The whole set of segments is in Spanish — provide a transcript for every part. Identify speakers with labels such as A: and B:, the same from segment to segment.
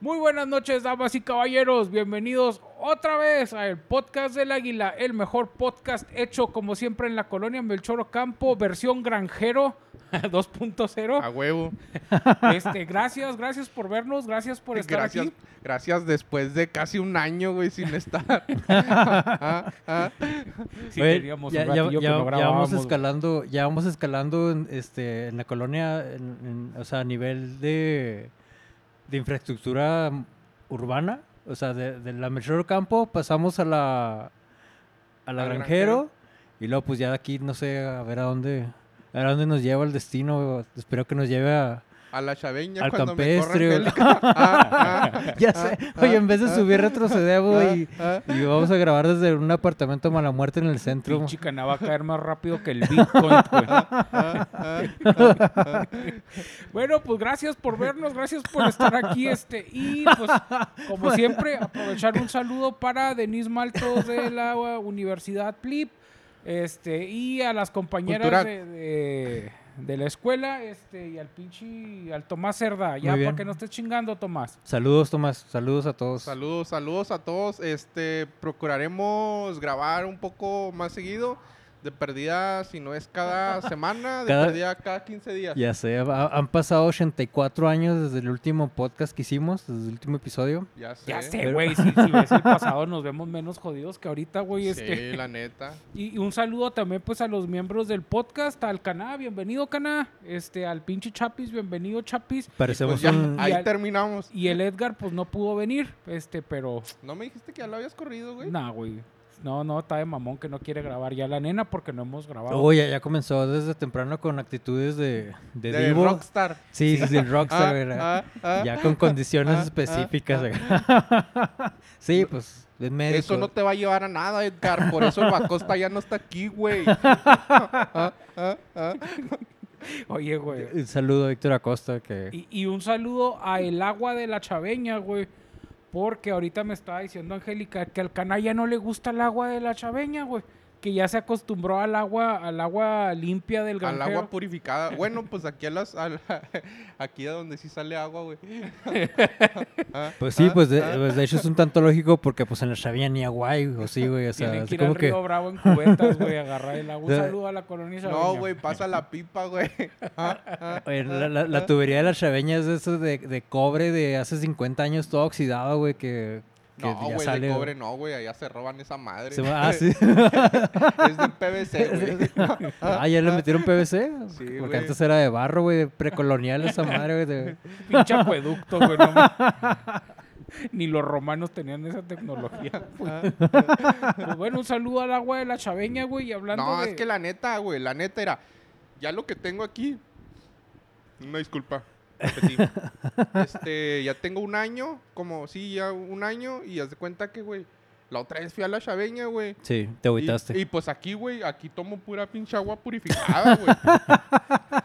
A: Muy buenas noches, damas y caballeros. Bienvenidos otra vez al podcast del Águila, el mejor podcast hecho como siempre en la colonia Melchoro Campo, versión granjero 2.0.
B: A huevo.
A: Este, gracias, gracias por vernos, gracias por estar
B: Gracias,
A: aquí.
B: gracias después de casi un año, güey, sin estar. Ah, ah.
A: Sí,
C: Oye,
A: teníamos
C: ya,
A: un
C: ya-
A: ratillo que
C: ya-
A: no
C: ya
A: grabábamos,
C: vamos
A: güey.
C: escalando, ya vamos escalando en, este, en la colonia, en- en- o sea, a nivel de, de infraestructura urbana, o sea, de, de la Melchor Campo pasamos a la a la
B: Al
C: granjero,
B: Granjero.
C: y luego pues ya de aquí no sé a ver a dónde a ver a dónde nos lleva el destino, espero que nos lleve a
B: A la chaveña
C: Al
B: cuando
C: campestre,
B: me
C: güey.
B: corra Angélica. Ah, ah,
C: ya sé,
B: ah,
C: oye, en vez de
B: ah,
C: subir retrocedemos
B: ah,
C: y,
B: ah.
C: y vamos a grabar desde un apartamento mala muerte en el centro.
A: Pinche cana va a caer más rápido que el Bitcoin, güey.
B: ah,
A: Bueno, pues gracias por vernos, gracias por estar aquí. Este, y pues, como siempre, aprovechar un saludo para Denise Maltos de la uh, Universidad PLIP. Este, y a las compañeras
B: Cultural.
A: de, de- de la escuela, este, y al pinche, al Tomás Cerda, ya
C: Muy bien.
A: para que no estés chingando, Tomás.
C: Saludos, Tomás. Saludos a todos.
B: Saludos, saludos a todos. Este, procuraremos grabar un poco más seguido. De perdida, si no es cada semana, de
C: Cada-
B: perdida cada 15 días.
C: Ya sé, ha- han pasado 84 años desde el último podcast que hicimos, desde el último episodio.
B: Ya sé.
A: Ya sé,
C: Pero-
A: güey, si, si ves el pasado nos vemos menos jodidos que ahorita, güey.
B: Sí,
A: Este,
B: la neta.
A: Y, y un saludo también pues a los miembros del podcast, al Caná, bienvenido Caná, este, al pinche Chapis, bienvenido Chapis.
C: Parecemos
B: Pues ya,
C: un...
B: ahí
A: Y al-
B: terminamos.
A: Y el Edgar pues no pudo venir, este, pero
B: ¿No me dijiste que ya lo habías corrido, güey?
A: nah, güey. No, no, está de mamón que no quiere grabar ya la nena porque no hemos grabado.
C: Uy, ya, ya comenzó desde temprano con actitudes de, de,
B: De
C: divo.
B: Rockstar.
C: Sí, sí, sí, el rockstar.
B: Ah, ah,
C: ¿verdad?
B: ah.
C: ya con condiciones
B: ah,
C: específicas. ¿verdad? sí, pues, es médico.
B: Eso no te va a llevar a nada, Edgar. Por eso el Bacosta ya no está aquí, güey. Ah, ah, ah.
A: Oye, güey.
C: Un Eh, saludo a Víctor Acosta, que...
A: Y, y un saludo a El Agua de la Chaveña, güey. Porque ahorita me estaba diciendo Angélica que al Caná ya no le gusta el agua de la Chaveña, güey. Que ya se acostumbró al agua, al agua limpia del
B: Al
A: granjero.
B: agua purificada. Bueno, pues aquí a las, a la- aquí a donde sí sale agua, güey. Ah,
C: Pues sí,
B: ah,
C: pues de,
B: ah.
C: pues, de hecho es un tanto lógico porque pues en la Chavilla ni aguay, o sí, güey, o sea,
A: Tienen que
C: así
A: ir al
C: como que...
A: Río Bravo en cubetas, güey, a agarrar el agua. Un
C: O sea,
A: saludo a la colonia
B: No,
A: Sabeña.
B: güey, pasa la pipa, güey. Ah, ah.
C: Oye, la, la- la tubería de las chaveñas es de eso de, de cobre de hace 50 años, todo oxidado, güey, que, que
B: No,
C: ya
B: güey,
C: sale.
B: de cobre no, güey. Allá se roban esa madre.
C: Se va- ah, sí.
B: es de PVC, güey.
C: ah, ya le metieron PVC.
B: Sí,
C: Porque
B: güey.
C: antes era de barro, güey, precolonial esa madre, güey. de-
A: Pinche acueducto, güey. no ma- Ni los romanos tenían esa tecnología, güey. Pues bueno, un saludo al agua de la chaveña, güey. Y hablando
B: No,
A: de...
B: es que la neta, güey, la neta era, ya lo que tengo aquí, una disculpa, repetí. este, ya tengo un año, como, sí, ya un año, y haz de cuenta que, güey, la otra vez fui a la chaveña, güey.
C: Sí, te
B: Y,
C: agüitaste.
B: y, pues aquí, güey, aquí tomo pura pinche agua purificada, güey.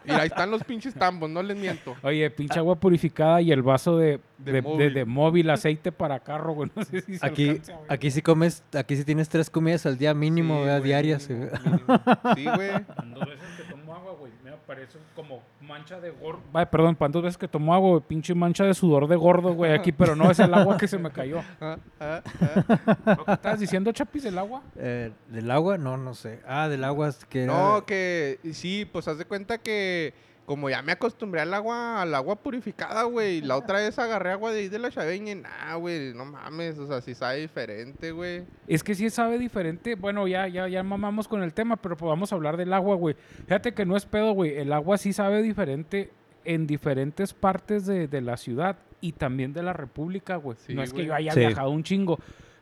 B: y ahí están los pinches tambos, no les miento.
A: Oye, pinche agua purificada y el vaso de, de,
B: De
A: de- de móvil.
B: móvil.
A: aceite para carro, güey. No sé si se
C: Aquí,
A: alcanza, güey.
C: aquí sí comes, aquí sí tienes tres comidas al día mínimo,
B: Sí,
C: ¿verdad?
B: güey,
C: diarias. eh.
B: mínimo,
C: güey.
B: mínimo. Sí, güey.
A: Cuando veces que tomo agua, güey, me aparece como mancha de gordo. Ay, perdón, cuando veces que tomo agua, güey, pinche mancha de sudor de gordo, güey, aquí, pero no, es el agua que se me cayó.
B: Ah, ah, ah.
A: ¿Lo que estabas diciendo, Chapis, el agua?
C: Eh, ¿Del agua? No, no sé. Ah, del agua es que era-
B: No, que y sí, pues haz de cuenta que como ya me acostumbré al agua, al agua purificada, güey. La otra vez agarré agua de ahí de la chaveña y nada, güey, no mames, o sea, sí sabe diferente, güey.
A: Es que sí sabe diferente. Bueno, ya, ya, ya mamamos con el tema, pero pues vamos a hablar del agua, güey. Fíjate que no es pedo, güey. El agua sí sabe diferente en diferentes partes de, de la ciudad y también de la república, güey.
B: Sí,
A: no es que
B: güey.
A: yo haya
C: Sí.
A: viajado un chingo,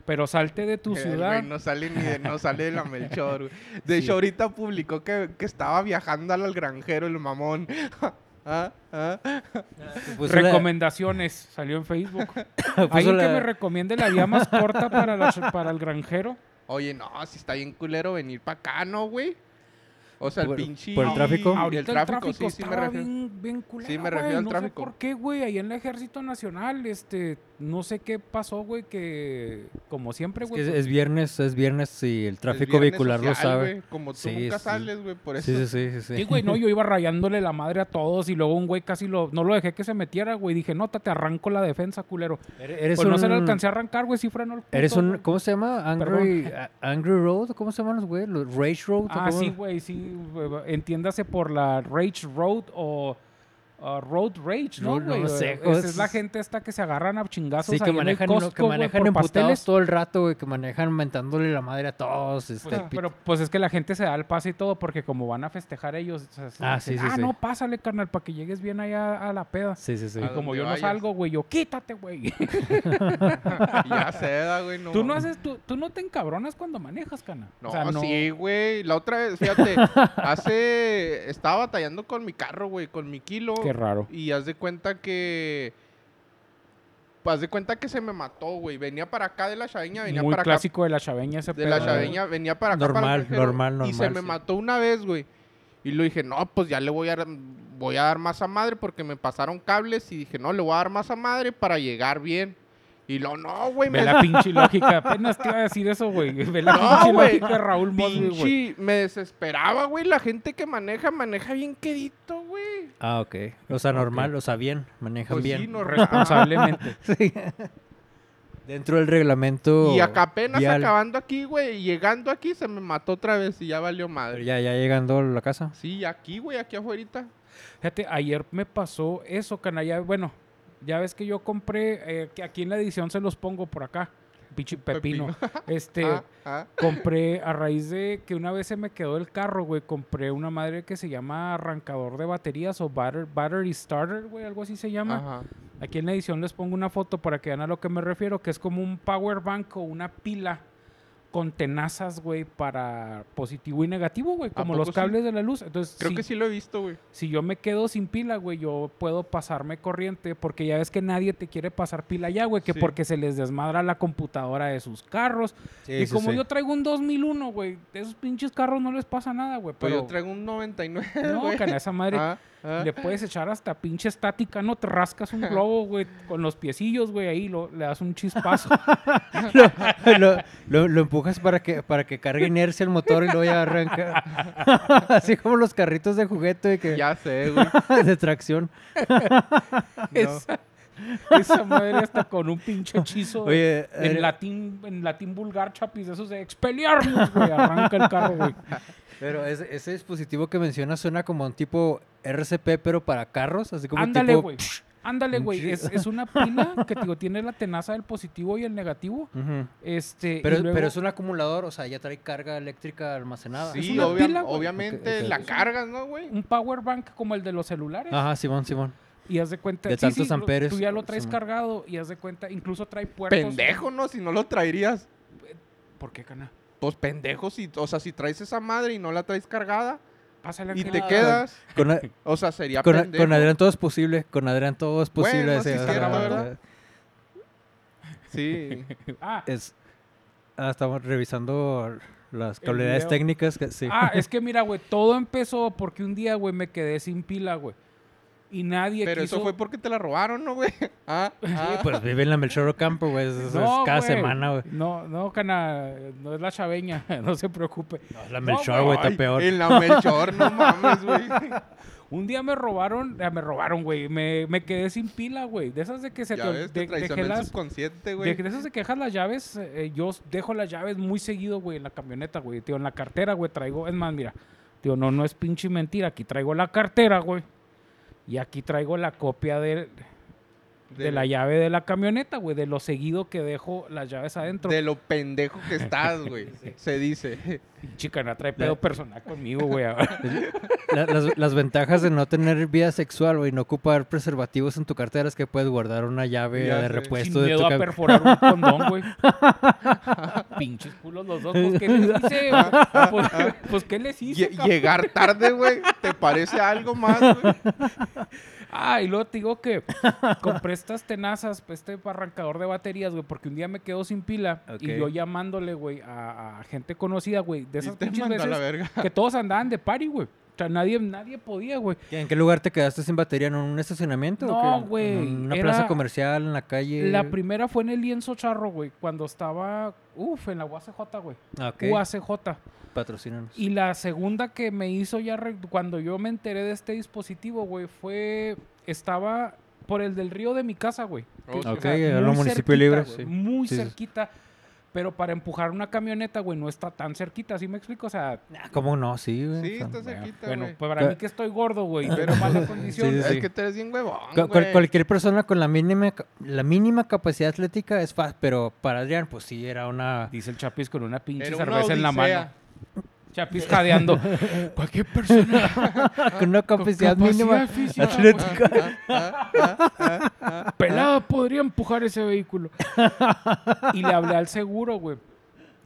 A: pero salte de tu
B: El
A: ciudad.
B: Eh, güey no sale ni de, no sale de la Melchor, güey. De
A: Sí.
B: hecho, ahorita publicó que, que estaba viajando al al granjero, el mamón. Ah, ah. pues,
C: Puso la-
A: Recomendaciones, salió en Facebook.
C: pues puso
A: ¿Alguien que
C: la-
A: me recomiende la vía más corta para, la- para el granjero?
B: Oye, no, si está bien culero venir para acá, ¿no, güey? O sea, el
C: Por-
B: pinche.
C: por el tráfico.
B: y
A: Ahorita
B: el tráfico, sí, sí me
A: estaba
B: refiero.
A: bien, bien culero,
B: Sí, me
A: güey,
B: refiero al
A: no
B: tráfico.
A: sé por qué, güey, ahí en el Ejército Nacional, este, no sé qué pasó, güey, que como siempre,
C: Es,
A: güey,
C: que es-
A: pues,
C: es viernes, es viernes y el
B: El
C: tráfico
B: viernes
C: vehicular lo
B: social,
C: sabe.
B: güey, Como tú
C: Sí,
B: nunca
C: sí.
B: sales, güey, por eso.
C: Sí, sí, sí, sí, sí.
A: Sí, güey, no, yo iba rayándole la madre a todos y luego un güey casi lo, no lo dejé que se metiera, güey. Dije, no, ta- te arranco la defensa, culero.
C: Ere- Eres
A: pues no se
C: un-
A: le alcancé a arrancar, güey, sí frenó el puto,
C: Eres un,
A: güey.
C: ¿cómo se llama? Angry, a- Angry Road, ¿cómo se llaman los güey? Los Rage Road. ¿o
A: Ah,
C: cómo?
A: sí, güey, sí. güey, Entiéndase por la Rage Road o ah, Road Rage, ¿no,
C: No, no
A: güey?
C: sé,
A: Esa
C: güey,
A: es la
C: es-
A: gente esta que se agarran a chingazos
C: Sí,
A: ahí en
C: que
A: el
C: manejan,
A: Costco,
C: que
A: güey,
C: manejan
A: por
C: emputados
A: pasteles.
C: todo el rato, güey, que manejan mentándole la madre a todos. Este,
A: Pues,
C: el pito.
A: pero pues es que la gente se da el pase y todo porque como van a festejar ellos, o sea, se
C: Ah,
A: dicen,
C: sí, sí,
A: "Ah,
C: sí.
A: no, pásale, carnal, para que llegues bien allá a la peda.
C: sí, sí, sí.
A: Y
B: Ah,
A: como
B: donde
A: yo
B: vayas.
A: no salgo, güey, yo, quítate, güey.
B: ya se da, güey. No,
A: Tú no
B: mames.
A: haces, tú, tú no te encabronas cuando manejas, cana.
B: No,
A: O sea,
B: sí, güey. La otra vez, fíjate, hace. Estaba batallando con mi carro, güey, con mi kilo.
A: Qué raro.
B: Y haz de cuenta que. Pues haz de cuenta que se me mató, güey. Venía para acá de la chaveña, venía
A: Muy
B: para acá.
A: clásico de la chaveña ese
B: De la
A: pedo,
B: chaveña, venía para acá. para
C: Normal,
B: el cajero,
C: normal,
B: Y se
C: normal,
B: me
C: sí.
B: mató una vez, güey. Y lo dije, no, pues ya le voy a, dar- voy a dar más a madre porque me pasaron cables. Y dije, no, le voy a dar más a madre para llegar bien. Y lo, no, güey,
A: Ve
B: me
A: la pinche lógica. Apenas te iba a decir eso, güey. Ve la
B: No,
A: pinche
B: güey.
A: lógica de Raúl Mosley, güey.
B: Pinche, me desesperaba, güey. La gente que maneja, maneja bien quedito, güey.
C: Ah, ok. O sea, normal, o sea, bien, manejan
B: Pues sí,
C: bien.
B: normal.
A: Responsablemente.
C: Sí. Dentro del reglamento.
B: Y acá apenas
C: vial.
B: acabando aquí, güey. y Llegando aquí se me mató otra vez y ya valió madre.
C: Ya, ya llegando a la casa.
B: Sí, aquí, güey, aquí afuera.
A: Fíjate, ayer me pasó eso, canalla. Bueno, ya ves que yo compré, eh, que aquí en la edición se los pongo por acá. Pinche pepino. Este,
B: Ah, ah.
A: compré, a raíz de que una vez se me quedó el carro, güey, compré una madre que se llama arrancador de baterías o batter- battery starter, güey, algo así se llama.
B: Ajá.
A: Aquí en la edición les pongo una foto para que vean a lo que me refiero, que es como un power bank o una pila con tenazas, güey, para positivo y negativo, güey, como
B: poco
A: los
B: sí?
A: cables de la luz. Entonces,
B: Creo
A: si,
B: que sí lo he visto, güey.
A: si yo me quedo sin pila, güey, yo puedo pasarme corriente, porque ya ves que nadie te quiere pasar pila ya, güey, que
B: Sí.
A: porque se les desmadra la computadora de sus carros. y como yo traigo un 2001, güey, de esos pinches carros no les pasa nada, güey,
B: Pues
A: pero...
B: yo traigo un 99,
A: no,
B: güey.
A: cana, esa madre
B: Ah, ah.
A: le puedes echar hasta pinche estática, no te rascas un globo, güey, con los piecillos, güey, ahí lo, le das un chispazo.
C: lo, lo- lo- lo empujas para que, para que cargue inercia el motor y luego ya arranca. Así como los carritos de juguete y que,
B: Ya sé, güey.
C: de tracción.
A: esa, esa madre hasta con un pinche hechizo
C: Oye,
A: en
C: eh,
A: latín, en latín vulgar, chapis, de esos de expeliarnos, güey, arranca el carro, güey.
C: pero ese, ese dispositivo que mencionas suena como un tipo RCP, pero para carros, así como
A: Ándale,
C: tipo-
A: güey. Ándale, güey. Es, es una pila que te digo, tiene la tenaza del positivo y el negativo.
C: Ujú.
A: Este, y
C: Pero,
A: luego-
C: pero es un acumulador, o sea, ya trae carga eléctrica almacenada.
A: Es
B: Sí,
A: una
B: obvia-
A: pila, güey.
B: obviamente
C: Ok, ok.
B: la cargas, ¿no, güey?
A: un power bank como el de los celulares.
C: Ajá, Simón, Simón.
A: Y haz de cuenta.
C: De
A: sí,
C: tantos
A: sí, lo-
C: amperes,
A: Tú ya lo traes
C: Simón.
A: cargado y haz de cuenta. Incluso trae puertos.
B: Pendejo, ¿no? Si no lo traerías.
A: ¿Por qué, cana?
B: Pues pendejo, si, o sea, si traes esa madre y no la traes cargada
A: Pásale
B: y
A: Ángel.
B: te
A: Ah,
B: quedas,
C: Con, a-
B: o sea, sería
C: con a-
B: pendejo.
C: con Adrián todo es posible, con Adrián todo es posible.
B: Bueno,
C: ese-
B: sí es
C: o sea,
A: cierto, ¿verdad?
B: Sí.
A: Ah,
C: es- ah, estamos revisando las probabilidades
A: video.
C: técnicas. Que, sí.
A: ah, es que mira, güey, todo empezó porque un día, güey, me quedé sin pila, güey. Y nadie
B: Pero
A: quiso...
B: eso fue porque te la robaron, ¿no, güey? Ah, ah.
C: Pues vive en la Melchor Campo, güey. eso es
A: No,
C: cada
A: güey.
C: semana, güey.
A: No, no, cana, no es la chaveña, no se preocupe.
C: No, la
A: No,
C: Melchor, güey,
B: Ay,
C: está peor.
B: En la Melchor, no mames, güey.
A: Un día me robaron, eh, me robaron, güey, me, me quedé sin pila, güey. De esas de que se
B: Ya
A: ol-
B: ves,
A: de-
B: te traicionó
A: dejé
B: el
A: las-
B: subconsciente,
A: de,
B: güey.
A: de esas de que dejas las llaves, eh, yo s- dejo las llaves muy seguido, güey, en la camioneta, güey, tío, en la cartera, güey, traigo, es más, mira, tío, no, no es pinche mentira, aquí traigo la cartera, güey, y aquí traigo la copia del- de,
B: De-
A: la llave de la camioneta, güey, de lo seguido que dejo las llaves adentro.
B: De lo pendejo que estás, güey. Se dice.
A: Chica, no trae pedo personal conmigo, güey. ah. ahora.
C: La- las, las ventajas de no tener vida sexual, güey, no ocupar preservativos en tu cartera es que puedes guardar una llave
B: Ya
C: de
B: sé.
A: Sin
C: repuesto de
A: miedo
C: tu
A: a
C: cam-
A: perforar un condón, güey. Pinches culos los dos. Pues, ¿qué les hice? Pues, pues, ¿qué les hice?
B: Lle-
A: cabrón?
B: llegar tarde, güey. ¿Te parece algo más, güey?
A: Ah, y luego te digo que compré estas tenazas, pues, este arrancador de baterías, güey, porque un día me quedo sin pila
C: Ok.
A: y yo llamándole, güey, a, a gente conocida, güey, de
B: Y
A: esas
B: te
A: pinches
B: manda a la
A: veces
B: verga.
A: que todos andaban de party, güey. O sea, nadie, nadie podía, güey.
C: ¿Y ¿En qué lugar te quedaste sin batería? ¿En un estacionamiento? o
A: No,
C: qué? ¿En
A: güey,
C: una
A: era-
C: plaza comercial, en la calle?
A: La primera fue en el lienzo charro, güey, cuando estaba, uf, en la UACJ, güey.
C: Ah, ok.
A: UACJ.
C: Patrocínanos.
A: Y la segunda que me hizo ya re- cuando yo me enteré de este dispositivo, güey, fue estaba por el del río de mi casa, güey.
B: Oh, sí.
C: Ok,
A: muy
C: era un municipio libre,
A: güey,
C: sí.
A: Muy
C: Sí, sí.
A: cerquita. Pero para empujar una camioneta, güey, no está tan cerquita, ¿sí me explico? O sea,
C: Nah, Ah, ¿Cómo no? Sí, güey.
B: Sí,
C: o sea,
B: está cerquita,
A: bueno,
B: güey.
A: pues para
C: Ca-
A: mí que estoy gordo, güey, pero mala condición.
C: Sí, sí,
B: es
C: sí.
B: que tú eres bien huevón,
C: cu- cual-
B: güey.
C: cualquier persona con la mínima ca- la mínima capacidad atlética es fácil, pero para Adrián, pues sí, era una...
A: Dice el Chapis con una pinche
B: Era una
A: cerveza en la
B: odisea.
A: mano. Chapis jadeando.
B: Cualquier persona
C: con una
A: con
C: capacidad, mínima
A: capacidad física, güey.
C: atlética.
A: pelada
C: ¿Ah?
A: podría empujar ese vehículo. y le hablé al seguro, güey.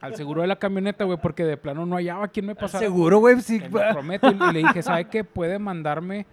A: Al seguro de la camioneta, güey, porque de plano no hallaba quién me pasara.
C: Seguro, güey, sí.
A: Te lo prometo. Y le dije, ¿sabe qué? Puede mandarme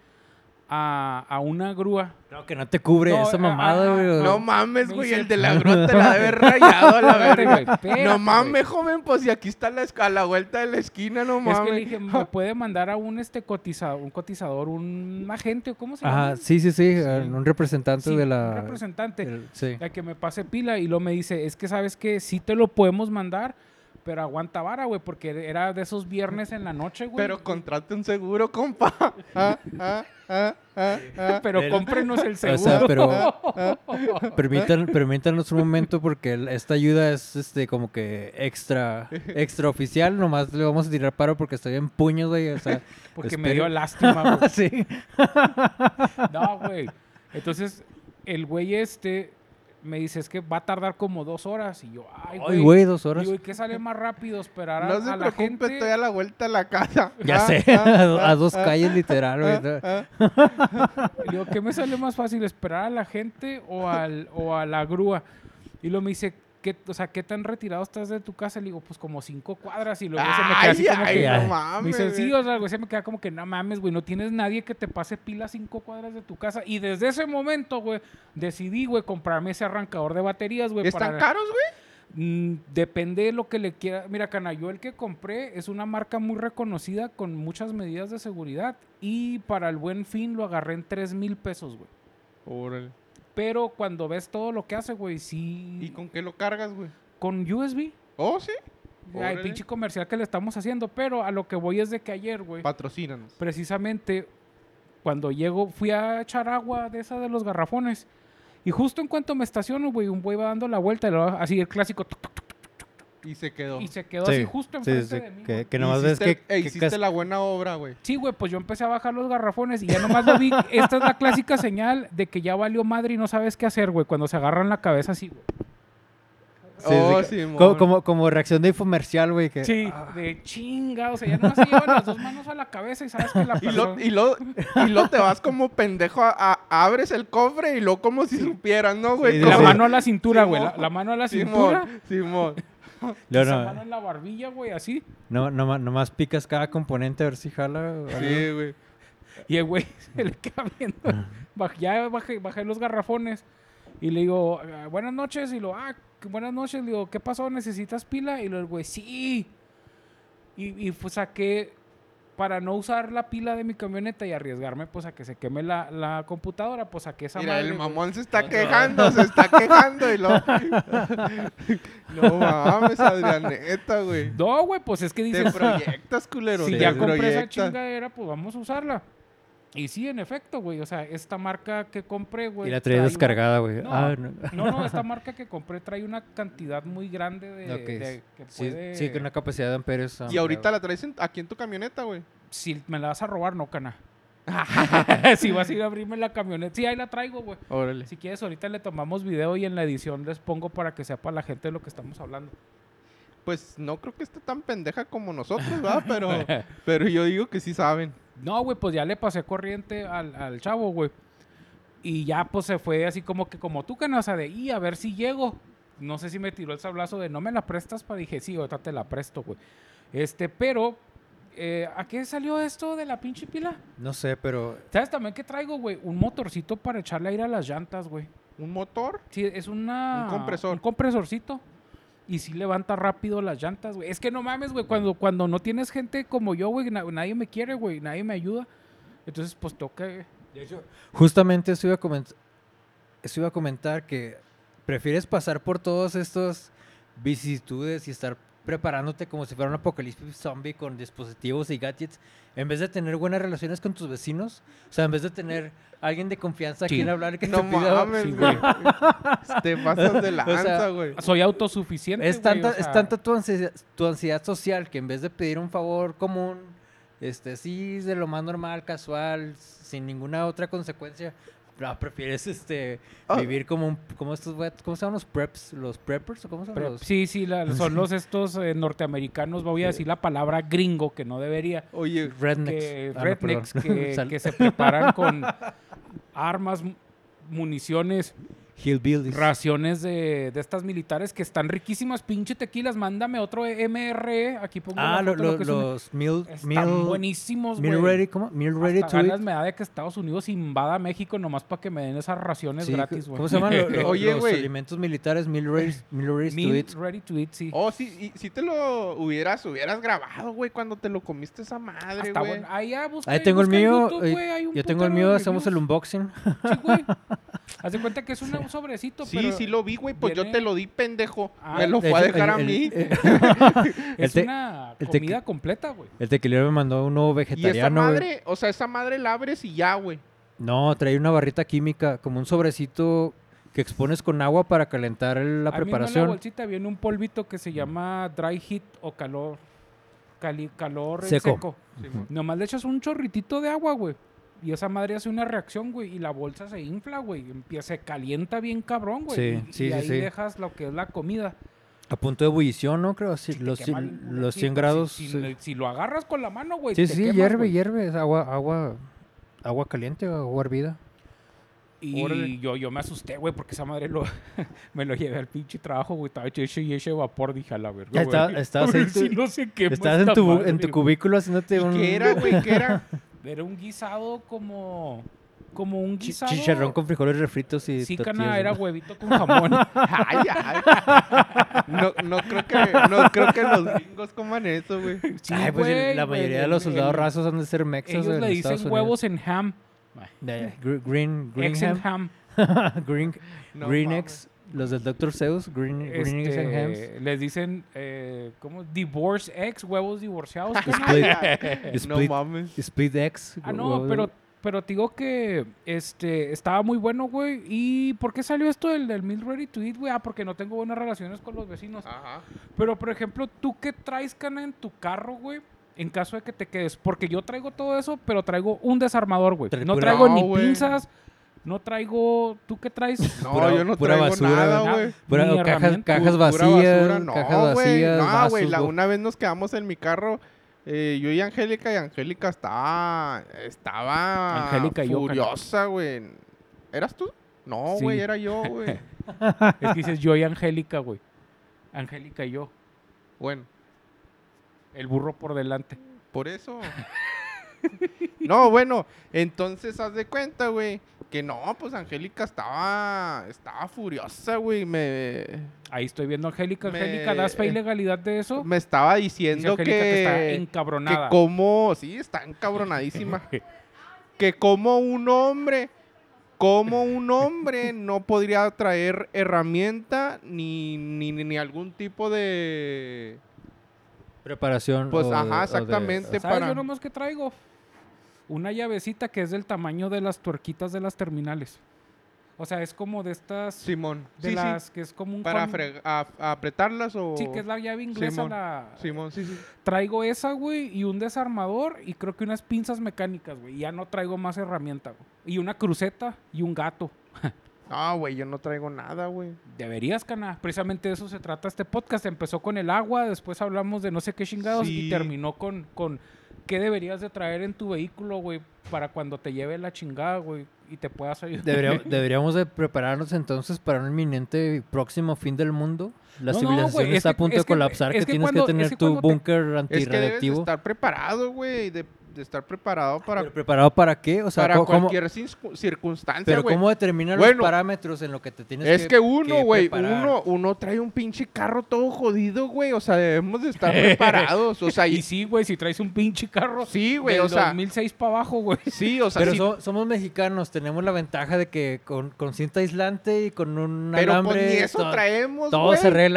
A: a, a una grúa.
C: No, que no te cubre
A: No,
C: esa
A: ah,
C: mamada,
A: ah,
C: güey. o-
B: No mames,
A: Me
B: güey,
A: hice-
B: el de la grota la debe haber rayado a la
A: Espérate,
B: verga.
A: güey, espérate,
B: no
A: güey.
B: mames, joven, pues y aquí está la escala, la vuelta de la esquina, no
A: Es que le
B: mames.
A: dije, ¿me puede mandar a un este cotizador, un cotizador, un agente o cómo se llama?
C: Ajá, sí, sí, sí, eh,
A: Sí.
C: un representante
A: Sí,
C: de
A: un
C: la...
A: representante.
C: del- sí.
A: La que me pase pila y luego me dice, es que sabes que sí te lo podemos mandar, pero aguanta vara, güey, porque era de esos viernes en la noche, güey.
B: Pero contrate un seguro, compa. Ah, ah, ah, ah, ah.
A: pero
C: Pero-
A: cómprenos el
C: O
A: seguro.
C: sea, pero permitan, permítanos un momento porque el- esta ayuda es este como que extra extraoficial, nomás le vamos a tirar paro porque estoy en puños, güey, o sea,
A: Porque me
C: espero-
A: dio lástima, güey.
C: Ah, sí.
A: No, güey. Entonces, el güey este me dice, es que va a tardar como dos horas. Y yo, ay,
C: Ay,
A: güey.
C: güey, dos horas.
A: Digo, ¿y qué sale más rápido? Esperar a,
B: No se
A: a la
B: preocupe,
A: gente.
B: estoy a la vuelta de la casa.
C: Ya
B: Ah,
C: sé,
B: ah,
C: a dos calles literal, güey.
B: ah, ah.
A: Le digo, ¿qué me sale más fácil? ¿Esperar a la gente o, al, o a la grúa? Y luego me dice, ¿qué, o sea, ¿qué tan retirado estás de tu casa? Le digo, pues como cinco cuadras. Y luego se me queda así
B: Ay,
A: como
B: ay,
A: que...
C: ya.
B: no
A: Me
B: mames.
A: dice, sí,
B: güey.
A: o sea, güey, se me queda como que no mames, güey, no tienes nadie que te pase pila a cinco cuadras de tu casa. Y desde ese momento, güey, decidí, güey, comprarme ese arrancador de baterías, güey.
B: ¿Están
A: para-
B: caros, güey?
A: Mm, depende de lo que le quiera. Mira, cana, yo el que compré es una marca muy reconocida con muchas medidas de seguridad. Y para el buen fin lo agarré en tres mil pesos, güey.
B: Órale.
A: Pero cuando ves todo lo que hace, güey, sí.
B: ¿Y con qué lo cargas, güey?
A: con USB.
B: Oh, sí.
A: Ay,
B: Órale.
A: pinche comercial que le estamos haciendo. Pero a lo que voy es de que ayer, güey.
B: Patrocínanos.
A: precisamente cuando llego, fui a echar agua de esa de los garrafones. Y justo en cuanto me estaciono, güey, un güey va dando la vuelta, y luego así el clásico, tuc, tuc,
B: Y se quedó.
A: y se quedó así justo enfrente de mí. güey.
C: que nomás ves
B: ah. Hiciste-
C: que,
B: eh,
C: que
B: hiciste
C: casi-
B: la buena obra, güey.
A: Sí, güey, pues yo empecé a bajar los garrafones y ya nomás lo vi. Esta es la clásica señal de que ya valió madre y no sabes qué hacer, güey, cuando se agarran la cabeza así, güey.
C: sí,
B: Oh,
C: sí,
B: Simón.
C: como, como, como reacción de infomercial, güey, que
A: Sí, de chinga, o sea, ya nomás se llevan las dos manos a la cabeza y sabes que la
B: Y lo,
A: persona...
B: y, lo, y lo te vas como pendejo, a, a- abres el cofre y lo como si supieras, ¿no, güey?
C: Sí,
A: La
B: Como-
A: mano a la cintura, güey, la,
B: Simón.
A: la mano a la cintura,
B: Simón, Simón.
C: no,
A: esa
C: no,
A: mano en la barbilla, güey, así.
C: no, no, nomás picas cada componente a ver si jala. o algo.
B: Sí, güey.
A: Y el güey se le queda viendo. Baj- ya bajé, bajé los garrafones y le digo, "Ah, buenas noches. Y lo, ah, qué buenas noches. Le digo, ¿qué pasó? ¿Necesitas pila? Y lo, el güey, sí. Y, y, pues saqué, para no usar la pila de mi camioneta y arriesgarme, pues a que se queme la, la computadora, pues saqué esa
B: Mira,
A: madre,
B: el
A: güey. Ah,
B: mamón se está quejando, se está quejando y lo... no mames, Adrianeta, güey.
A: No, güey, pues es que
B: Te
A: dices,
B: proyectas, culero.
A: si
B: te
A: ya compré esa
B: proyectas.
A: chingadera, pues vamos a usarla. Y sí, en efecto, güey. O sea, esta marca que compré, güey.
C: Y la traía
A: trae una-
C: descargada, güey.
A: No,
C: Ah, no.
A: No, no, esta marca que compré trae una cantidad muy grande de,
C: Ok,
A: de- que
C: Sí,
A: puede...
C: sí, con una capacidad de amperios.
B: Y ahorita la traes en- aquí en tu camioneta, güey.
A: Si me la vas a robar, no, cana. si vas a ir a abrirme la camioneta. Sí, ahí la traigo, güey.
B: Órale.
A: Si quieres, ahorita le tomamos video y en la edición les pongo para que sepa la gente de lo que estamos hablando.
B: Pues no creo que esté tan pendeja como nosotros, ¿verdad? Pero, pero yo digo que sí saben.
A: No, güey, pues ya le pasé corriente al, al chavo, güey. Y ya, pues se fue así como que como tú, cana, o sea, de, y a ver si llego. No sé si me tiró el sablazo de, no me la prestas, para dije, sí, ahorita te la presto, güey. Este, pero eh, ¿a qué salió esto de la pinche pila?
C: No sé, pero
A: ¿Sabes también qué traigo, güey? Un motorcito para echarle aire a las llantas, güey.
B: ¿Un motor?
A: Sí, es una...
B: Un compresor.
A: Un compresorcito. Y sí levanta rápido las llantas, güey. Es que no mames, güey. Cuando, cuando no tienes gente como yo, güey, na- nadie me quiere, güey. Nadie me ayuda. Entonces, pues toca...
C: justamente eso iba a comentar, eso iba a comentar que prefieres pasar por todas estas vicisitudes y estar preparándote como si fuera un apocalipsis zombie con dispositivos y gadgets, en vez de tener buenas relaciones con tus vecinos, o sea, en vez de tener alguien de confianza a
A: Sí.
C: quien hablar que
B: No
C: te pida-
B: mames,
A: Sí,
B: güey. Te pasas de
C: O sea,
B: lanza, güey.
A: Soy autosuficiente,
C: Es
A: güey, o
C: tanta, es
A: sea,
C: tanta tu, ansiedad, tu ansiedad social que en vez de pedir un favor común, este, sí, de lo más normal, casual, sin ninguna otra consecuencia, no, prefieres este,
B: Ah.
C: vivir como, un, como estos, güey- ¿cómo se llaman los preps? ¿Los preppers? ¿o ¿Cómo se llaman
A: pero-
C: los?
A: sí, sí, la- son los estos eh, norteamericanos, voy a decir la palabra gringo, que no debería.
B: Oye,
C: Rednecks.
A: que
C: Ah, no,
A: rednecks
C: perdón.
A: que,
C: Sal-
A: que se preparan con armas, mu- municiones,
C: Hillbillies.
A: raciones de, de estas militares que están riquísimas, pinche tequilas, mándame otro MRE, aquí pongo la
C: Ah, lo-
A: foto,
C: lo-
A: lo que es un-
C: los meal,
A: están
C: meal,
A: buenísimos,
C: meal
A: güey.
C: ready, ¿cómo? Meal ready
A: Hasta
C: to
A: ganas
C: eat.
A: me da de que Estados Unidos invada México nomás para que me den esas raciones
C: Sí,
A: gratis, güey.
C: ¿Cómo se llaman lo- lo-
B: Oye,
C: los
B: güey.
C: alimentos militares? Meal ready, meal ready to
A: Meal
C: eat.
A: ready to eat, sí.
B: oh, sí, y- si te lo hubieras, hubieras grabado, güey, cuando te lo comiste esa madre,
A: Hasta
B: güey.
A: bueno. Ahí, ya busca-
C: Ahí tengo el
A: busca en
C: mío.
A: YouTube,
C: eh,
A: güey, hay un
C: yo tengo el
A: putero de
C: mío, hacemos el
A: reviews.
C: unboxing.
A: Sí, güey. Haz de cuenta que es un un sobrecito,
B: Sí,
A: pero
B: sí lo vi, güey, pues yo
A: viene-
B: te lo di, pendejo.
A: Ah,
B: me lo
C: de
B: fue a
C: hecho,
B: dejar
C: el-
B: a mí.
C: el- el-
A: es
C: El te-
A: una
C: el tequi-
A: comida completa, güey.
C: El tequilero me mandó
B: y
C: uno
B: esa
C: vegetariano. güey.
B: madre, o sea, esa madre la abres y ya, güey.
C: No, trae una barrita química, como un sobrecito que expones con agua para calentar el- la
A: Ahí mismo En la
C: preparación.
A: bolsita viene un polvito que se llama dry heat o calor cali- calor eh,
C: Seco.
A: seco.
B: Simón.
A: Nomás le echas un chorritito de agua, güey. Y esa madre hace una reacción, güey, y la bolsa se infla, güey. Empieza, se calienta bien cabrón, güey.
C: Sí,
A: y, y
C: sí, sí,
A: ahí
C: sí.
A: dejas lo que es la comida.
C: A punto de ebullición, ¿no? Creo así,
A: Y te
C: los,
A: quema
C: cien-
A: bien culero.
C: los
A: Sí,
C: 100
A: pues,
C: grados.
A: Si,
C: Sí,
A: si le- si lo agarras con la mano, güey.
C: sí,
A: te
C: sí,
A: quemas,
C: hierve,
A: güey.
C: hierve. Es agua, agua, agua caliente, agua hervida. Órale.
A: Y yo, yo me asusté, güey, porque esa madre lo, me lo llevé al pinche trabajo, güey. Estaba hecho y ese vapor, dije a la verga.
C: Ya está-
A: güey,
C: estabas
A: a ver
C: ahí
A: si
C: tú-
A: no se quema
C: Estás en
A: esta
C: tu, bu-
A: madre,
C: en tu
A: güey.
C: cubículo haciéndote un
B: ¿Y qué era, güey? ¿Qué era?
A: Era un guisado como. Como un
C: chi-
A: guisado.
C: chicharrón con frijoles refritos y
A: Sí,
C: tortillas,
A: cana,
C: ¿no?
A: era huevito con jamón.
B: Ay, ay. No, no creo que, no creo que los gringos coman eso, güey.
A: Sí,
C: Ay, pues el-
A: güey,
C: la
A: güey,
C: mayoría de
A: el-
C: los soldados
A: el-
C: rasos han de ser mexas
A: Ellos
C: en
A: le
C: Estados
A: dicen
C: Unidos.
A: huevos en ham.
C: De-
A: Mm.
C: gr- Green, green
A: Eggs
C: ham.
A: en ham.
C: Green,
B: No
C: Green
B: mames.
C: Eggs, los del Dr. Seuss, Green, green Eggs and Hams.
A: Este, les dicen, eh, ¿cómo? Divorce eggs, huevos divorciados. carnal.
C: Split,
B: No
C: split,
B: mames.
C: split Eggs.
A: Ah,
C: huevo
A: no,
C: de-
A: pero, pero te digo que este, estaba muy bueno, güey. ¿Y por qué salió esto del, del Meal Ready to Eat, güey? Ah, porque no tengo buenas relaciones con los vecinos.
B: Ajá.
A: Pero, por ejemplo, ¿tú qué traes, Cana, en tu carro, güey? En caso de que te quedes. Porque yo traigo todo eso, pero traigo un desarmador, güey.
C: Trae
A: No
C: pura-
A: traigo
B: No,
A: ni
B: güey.
A: pinzas, no traigo... ¿Tú qué traes?
B: No,
C: Pura-
B: yo no
C: pura
B: traigo
C: basura,
B: nada,
A: Nada,
B: güey.
C: Bueno,
A: ni
C: cajas,
A: herramienta.
C: cajas
B: Pura
C: vacías,
B: basura,
C: cajas
B: güey.
C: vacías,
B: No, güey,
C: vasos,
B: la-
C: bo-
B: una vez nos quedamos en mi carro. eh, yo y Angélica, y Angélica estaba. Estaba.
A: Angélica y yo,
B: Furiosa, güey. ¿Eras tú? No,
A: Sí.
B: güey, era yo, güey.
A: Es que dices yo y Angélica, güey. Angélica y yo.
B: Bueno,
A: El burro por delante.
B: por eso. no, bueno, entonces haz de cuenta, güey. Que no, pues Angélica estaba. Estaba furiosa, güey. Me.
A: Ahí estoy viendo a Angélica.
B: Me-
A: Angélica, ¿das fe y legalidad de eso?
B: Me estaba
A: Dice
B: diciendo que,
A: Angélica que está
B: que
A: encabronada.
B: como, sí, está encabronadísima. que como un hombre, como un hombre no podría traer herramienta ni, ni, ni algún tipo de...
C: preparación.
B: Pues,
C: o-
B: ajá,
C: o de-
B: exactamente.
A: ¿Sabes
B: Este, para-
A: yo nomás que traigo? Una llavecita que es del tamaño de las tuerquitas de las terminales. O sea, es como de estas...
B: Simón.
A: de
B: sí,
A: las
B: sí.
A: que es como un...
B: Para
A: con-
B: freg- a- a apretarlas o...
A: Sí, que es la llave inglesa.
B: Simón,
A: la-
B: Simón, sí, sí.
A: Traigo esa, güey, y un desarmador y creo que unas pinzas mecánicas, güey. Ya no traigo más herramienta, güey. Y una cruceta y un gato.
B: No, güey, yo no traigo nada, güey.
A: Deberías, cana. Precisamente de eso se trata este podcast. Empezó con el agua, después hablamos de no sé qué chingados
B: Sí.
A: y terminó con, con qué deberías de traer en tu vehículo, güey, para cuando te lleve la chingada, güey, y te puedas ayudar.
C: Debería- deberíamos de prepararnos entonces para un inminente y próximo fin del mundo. La
A: No, no,
C: civilización
A: güey, es
C: está a
A: que-
C: punto
A: es
C: de
A: que-
C: colapsar, que,
A: es que
C: tienes
A: cuando-
C: que tener
A: es que
C: tu
A: cuando te-
C: búnker
B: Es que debes de
C: antirradiactivo.
B: estar preparado, güey. De, de estar preparado para,
C: ¿Pero ¿Preparado para qué? O sea,
B: para
C: ¿cómo- cómo-
B: cualquier circu- circunstancia,
C: pero
B: güey.
C: ¿cómo determinan
B: Bueno,
C: los parámetros en lo que te tienes
B: Es que uno,
C: que
B: güey,
C: preparar?
B: uno, uno trae un pinche carro todo jodido, güey. O sea, debemos de estar preparados. O sea,
A: Y
B: y,
A: sí, güey, si traes un pinche carro.
B: sí, güey,
A: del
B: o sea,
A: 2006 para abajo, güey.
B: sí, o sea,
C: Pero
B: sí,
C: so- somos mexicanos, tenemos la ventaja de que con, con cinta aislante y con un
B: pero pues
C: alambre...
B: ni eso
C: to-
B: traemos,
C: todo
B: güey.
C: se arregla.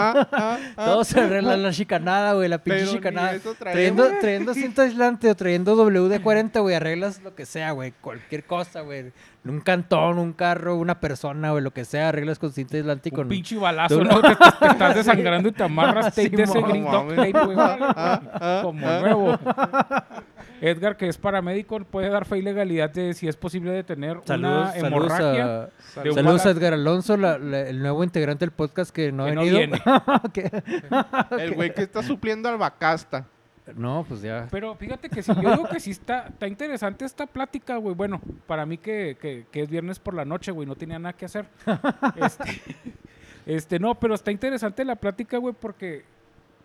B: Ah, ah, ah.
C: todo se arregla la chicanada, güey, la pinche
B: Pero ni
C: chicanada.
B: eso traemos.
C: Trayendo, trayendo cinta aislante o trayendo WD-40, güey, arreglas lo que sea, güey, cualquier cosa, güey. Un cantón, un carro, una persona, güey, lo que sea, arreglas con cinta aislante y
A: Un
C: con...
A: pinche balazo,
C: Tú-
A: ¿no? Te, te estás desangrando y te amarras tape de ese
C: Simón.
A: green duct
B: Mames.
A: tape, güey.
B: Ah, ah,
A: Como
B: ah.
A: nuevo. Edgar, que es paramédico, puede dar fe y legalidad de si es posible detener
C: Saludos,
A: una
C: saludos
A: hemorragia.
C: a...
A: de un
C: Saludos a
A: bala-
C: Edgar Alonso, la- la- el nuevo integrante del podcast que no ha
A: Que no
C: venido.
A: viene.
C: Que-
B: El güey que está supliendo al Bacasta.
C: no, pues ya.
A: Pero fíjate que sí, yo digo que sí está, está interesante esta plática, güey. Bueno, para mí que, que- que es viernes por la noche, güey, no tenía nada que hacer. Este, este, no, pero está interesante la plática, güey, porque,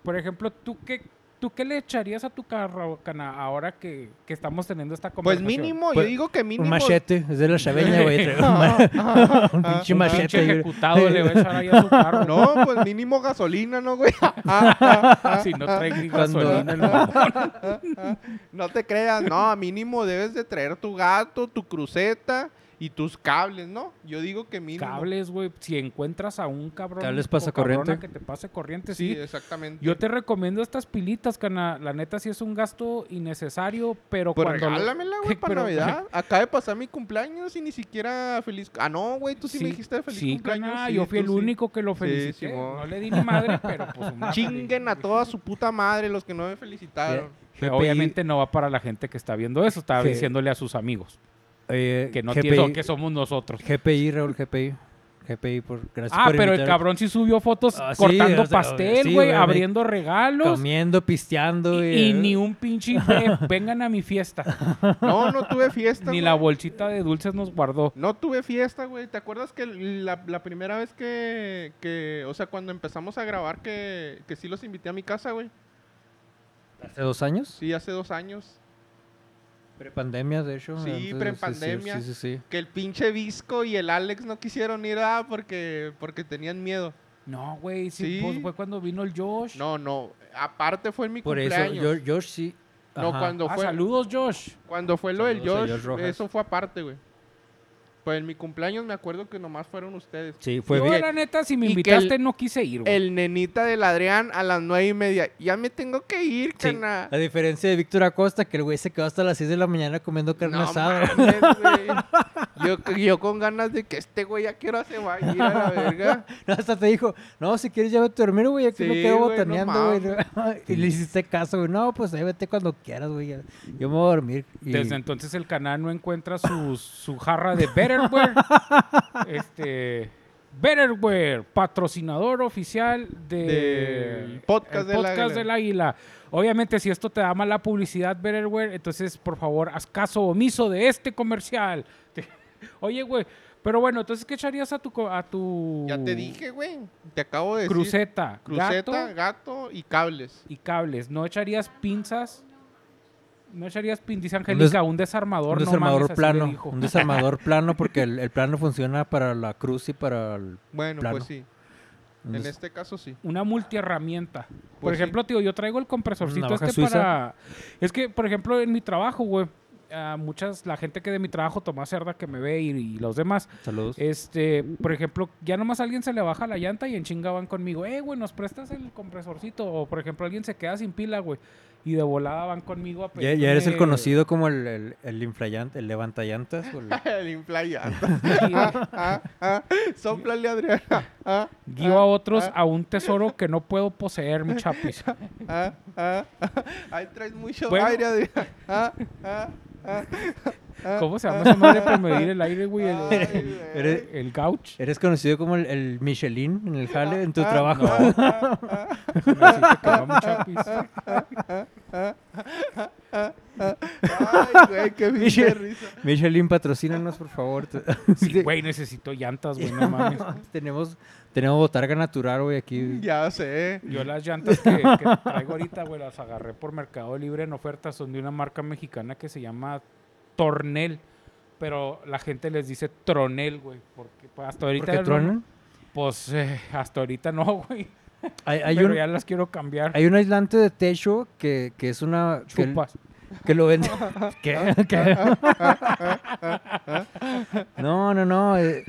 A: por ejemplo, ¿tú qué, tú qué le echarías a tu carro, cana, ahora que, que estamos teniendo esta
B: Pues
A: conversación?
B: mínimo, yo
C: Pues,
B: digo que mínimo. Ah,
C: Un machete, es de la chaveña, güey. trae Un, ma- un pinche
A: Un
C: machete.
A: pinche
C: güey.
A: ejecutado le va a echar ahí a su carro. No,
B: No, pues mínimo gasolina, ¿no, güey? Ah, ah, ah,
A: si no
B: ah.
A: trae ni
C: Cuando-
A: gasolina el mamón.
B: No te creas, no, mínimo debes de traer tu gato, tu cruceta y tus cables, ¿no? Yo digo que mínimo.
A: Cables, güey. Si encuentras a un cabrón.
C: Cables
A: o
C: pasa
A: cabrona
C: corriente.
A: Que te pase corriente,
B: Sí,
A: sí.
B: exactamente.
A: Yo te recomiendo estas pilitas, cana. La neta sí es un gasto innecesario, pero
B: Pues
A: cuando... lo-
B: regálamela, güey, para
A: Pero-
B: Navidad. Acaba de pasar mi cumpleaños y ni siquiera feliz. Ah, no, güey, tú sí, me dijiste feliz
A: sí,
B: cumpleaños.
A: cana,
B: sí,
A: yo fui
B: tú
A: el
B: sí.
A: único que lo
B: Sí,
A: felicité.
B: Simón.
A: no le di ni madre, pero pues... una
B: Chinguen a toda su puta madre los que no me felicitaron.
A: felicitación.
C: GPI
A: Obviamente no va para la gente que está viendo eso. Estaba
C: Sí.
A: diciéndole a sus amigos
C: Oye,
A: que no
C: GPI,
A: tienen que somos nosotros.
C: GPI, Raúl, GPI. GPI, por, gracias
A: Ah,
C: por
A: pero el
C: invitar-
A: cabrón sí subió fotos
C: Ah, sí,
A: cortando
C: o sea,
A: pastel,
C: sí,
A: güey,
C: güey,
A: abriendo regalos.
C: Comiendo, pisteando. eh,
A: Y,
C: güey.
A: y ni un pinche "Eh, vengan a mi fiesta.
B: No, no tuve fiesta.
A: Ni
B: güey.
A: la bolsita de dulces nos guardó.
B: No tuve fiesta, güey. ¿Te acuerdas que la, la primera vez que, que, o sea, cuando empezamos a grabar, que, que sí los invité a mi casa, güey?
C: ¿Hace dos años?
B: Sí, hace dos años.
C: Prepandemia, de hecho.
B: Sí,
C: antes,
B: prepandemia.
C: Sí, sí, sí.
B: Que el pinche Visco y el Alex no quisieron ir ah, porque, porque tenían miedo.
A: No, güey, sí,
B: Sí.
A: pues, fue cuando vino el Josh.
B: No, no. Aparte fue en mi
C: Por eso,
B: cumpleaños.
C: George, George sí.
B: No,
C: Ajá.
B: cuando
A: Ah,
B: fue.
A: saludos, Josh.
B: Cuando fue lo del
C: Saludos a
B: Josh,
C: Josh Rojas.
B: eso fue aparte, güey. Pues en mi cumpleaños me acuerdo que nomás fueron ustedes.
C: Sí, fue
A: Yo,
C: bien.
A: la neta, si me
B: y que
A: invitaste,
B: el-
A: no quise ir, güey.
B: El nenita del Adrián a las nueve y media. Ya me tengo que ir,
C: Sí,
B: cana.
C: A diferencia de Víctor Acosta, que el güey se quedó hasta las 6 de la mañana comiendo carne
B: No
C: asada.
B: mames, güey. yo, yo con ganas de que este güey ya quiero se va a ir a la verga.
C: No, hasta te dijo, no, si quieres ya vete a dormir, güey, aquí me
B: Sí,
C: quedo
B: güey, no
C: botaneando, güey. y le hiciste caso, güey. No, pues ahí vete cuando quieras, güey. ya- Yo me voy a dormir. Y
A: Desde entonces el canal no encuentra su, su jarra de Betterware. este, Betterware, patrocinador oficial de,
B: Del podcast
A: el
B: del
A: podcast
B: Águila.
A: del Águila. Obviamente, si esto te da mala publicidad, Betterware, entonces por favor haz caso omiso de este comercial. Oye, güey, pero bueno, entonces, ¿qué echarías a tu. co- A tu
B: Ya te dije, güey. Te acabo de decir.
A: Uh. Cruceta,
B: Cruceta,
A: gato
B: gato y cables.
A: y cables. ¿No echarías pinzas? ¿No echarías pinzas? Dice Angélica, un desarmador.
C: un
A: no
C: desarmador
A: mames, así le
C: plano.
A: dijo.
C: Un desarmador plano, porque el, el plano funciona para la cruz y para el.
B: Bueno,
C: Plano.
B: pues sí.
C: un
B: En
C: des-
B: este caso sí.
A: una multiherramienta. por
B: Pues sí.
A: ejemplo, tío, yo traigo el compresorcito
C: Una navaja
A: este
C: suiza.
A: para. Es que, por ejemplo, en mi trabajo, güey, a muchas, la gente que de mi trabajo, Tomás Cerda, que me ve y, y los demás,
C: Saludos.
A: este, por ejemplo, ya nomás alguien se le baja la llanta y en chinga van conmigo, eh, güey, nos prestas el compresorcito. O, por ejemplo, alguien se queda sin pila, güey, y de volada van conmigo a
C: ya, ya eres el
A: pedirme-
C: conocido como el, el, el inflayan- el levantallantas. o el-
B: El inflayante.
A: Sí,
B: ah, ah, sóplale, Adrián. Ah, ah,
A: Guío a otros a un tesoro que no puedo poseer, mi chapis.
B: ah, ah, ah. Ahí traes mucho
A: Bueno.
B: aire, Adrián. Ah, ah, ah, ah,
A: ¿Cómo se
B: ah.
A: llama esa madre para medir el aire, güey? El-
B: Ay, güey.
C: Eres-
A: el gauch.
C: Eres conocido como el, el Michelin en el jale, en tu
B: Ah,
C: trabajo.
B: ah, ah, ah,
A: Déjame decirte que no, mi chapis.
B: Ay, güey, qué pinche
C: Michel-
B: risa.
C: Michelin, patrocínanos, por favor.
A: Sí, güey, necesito llantas, güey, no mames.
C: tenemos, tenemos botarga natural, güey, aquí.
B: Ya sé.
A: Yo las llantas que, que traigo ahorita, güey, las agarré por Mercado Libre en ofertas. Son de una marca mexicana que se llama Tornel. Pero la gente les dice Tronel, güey. Porque pues, hasta ahorita...
C: Porque
A: no-
C: truenan.
A: Pues eh, hasta ahorita no, güey.
C: Hay, hay
A: Pero
C: un,
A: ya las quiero cambiar.
C: hay un aislante de techo que, que es una... que-
A: Chupas.
C: Que lo venden. ¿Qué? ¿Qué? No, no, no. eh,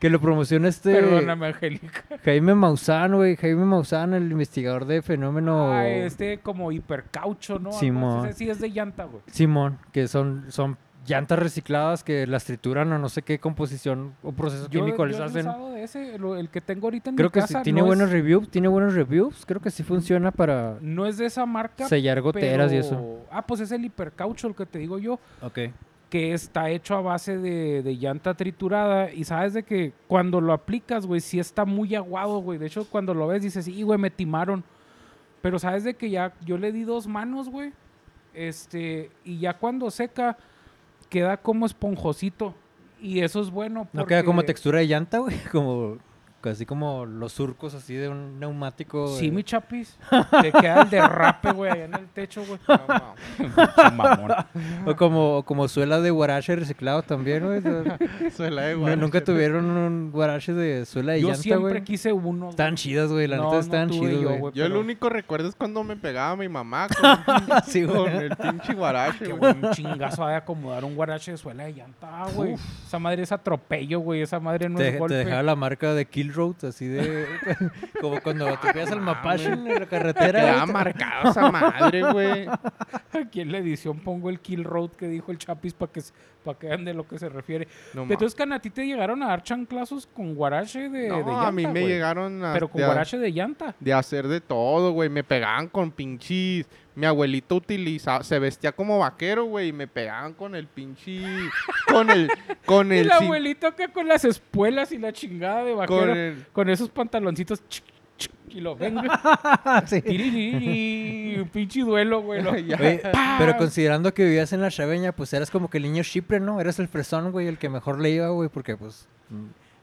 C: que lo promociona este
A: Perdóname, Angélica.
C: Jaime Maussan, güey. Jaime Maussan, el investigador de fenómeno
A: Ah, este como hipercaucho, ¿no? Algo así.
C: Simón.
A: Ese sí es de llanta, güey.
C: Simón, que son, son llantas recicladas que las trituran o no sé qué composición o proceso
A: Yo,
C: químico
A: yo
C: les
A: he
C: hacen.
A: usado de ese, lo- el que tengo ahorita en
C: Creo
A: mi
C: que
A: casa.
C: sí, tiene
A: no
C: buenos
A: es,
C: reviews, tiene buenos reviews. Creo que sí funciona para
A: no es de esa marca,
C: sellar goteras y eso.
A: pero- Ah, pues es el hipercaucho, el que te digo yo,
C: Ok.
A: que está hecho a base de, de llanta triturada. Y sabes de que cuando lo aplicas, güey, sí está muy aguado, güey. De hecho, cuando lo ves dices, sí, güey, me timaron. Pero sabes de que ya yo le di dos manos, güey. Este, y ya cuando seca, queda como esponjosito. Y eso es bueno.
C: No queda como
A: porque-
C: textura de llanta, güey. Como, casi como los surcos así de un neumático.
A: Sí,
C: de-
A: mi chapis. Te queda el derrape, güey, allá en el techo, güey.
B: No, mames.
A: Pinche mamón.
C: O como, como suela de guarache reciclado también, güey. O sea,
B: Suela de
C: no-
B: guarache.
C: Nunca tuvieron un guarache de suela de
A: Yo
C: llanta,
A: siempre
C: güey.
A: quise uno. güey.
C: Están chidas, güey. La
A: No,
C: neta
A: no
C: están
A: tuve
C: chidas,
A: yo,
C: güey.
A: güey,
B: Yo el
A: pero-
B: único recuerdo es cuando me pegaba mi mamá con,
C: Sí, güey.
B: con el pinche guarache,
A: Qué
B: güey.
A: buen chingazo ha de acomodar un guarache de suela de llanta, güey. Esa madre es atropello, güey. Esa madre no
C: Te,
A: es
C: te
A: golpe.
C: dejaba la marca de Kill Road, así de. como cuando te pegas al mapache en la carretera.
B: Quedaba
C: güey.
B: marcado esa madre, güey.
A: Aquí en la edición pongo el kill road que dijo el Chapis para que, para que vean de lo que se refiere.
B: No, mames.
A: Entonces, Can, a ti te llegaron a dar chanclazos con guarache de,
B: No,
A: de llanta,
B: a mí me
A: güey.
B: llegaron a,
A: Pero con
B: de, a-
A: guarache de llanta.
B: de hacer de todo, güey. Me pegaban con pinches. Mi abuelito utilizaba, se vestía como vaquero, güey, y me pegaban con el pinche, con el, con el,
A: El,
B: cin-
A: abuelito acá con las espuelas y la chingada de vaquero.
B: con
A: Con,
B: el,
A: esos pantaloncitos. chic, chic, y lo venga. tiririrí, un pinche duelo, güey. lo-
B: Ya.
C: Oye, pero considerando que vivías en la chaveña, pues eras como que el niño chipre, ¿no? Eras el fresón, güey, el que mejor le iba, güey, porque pues.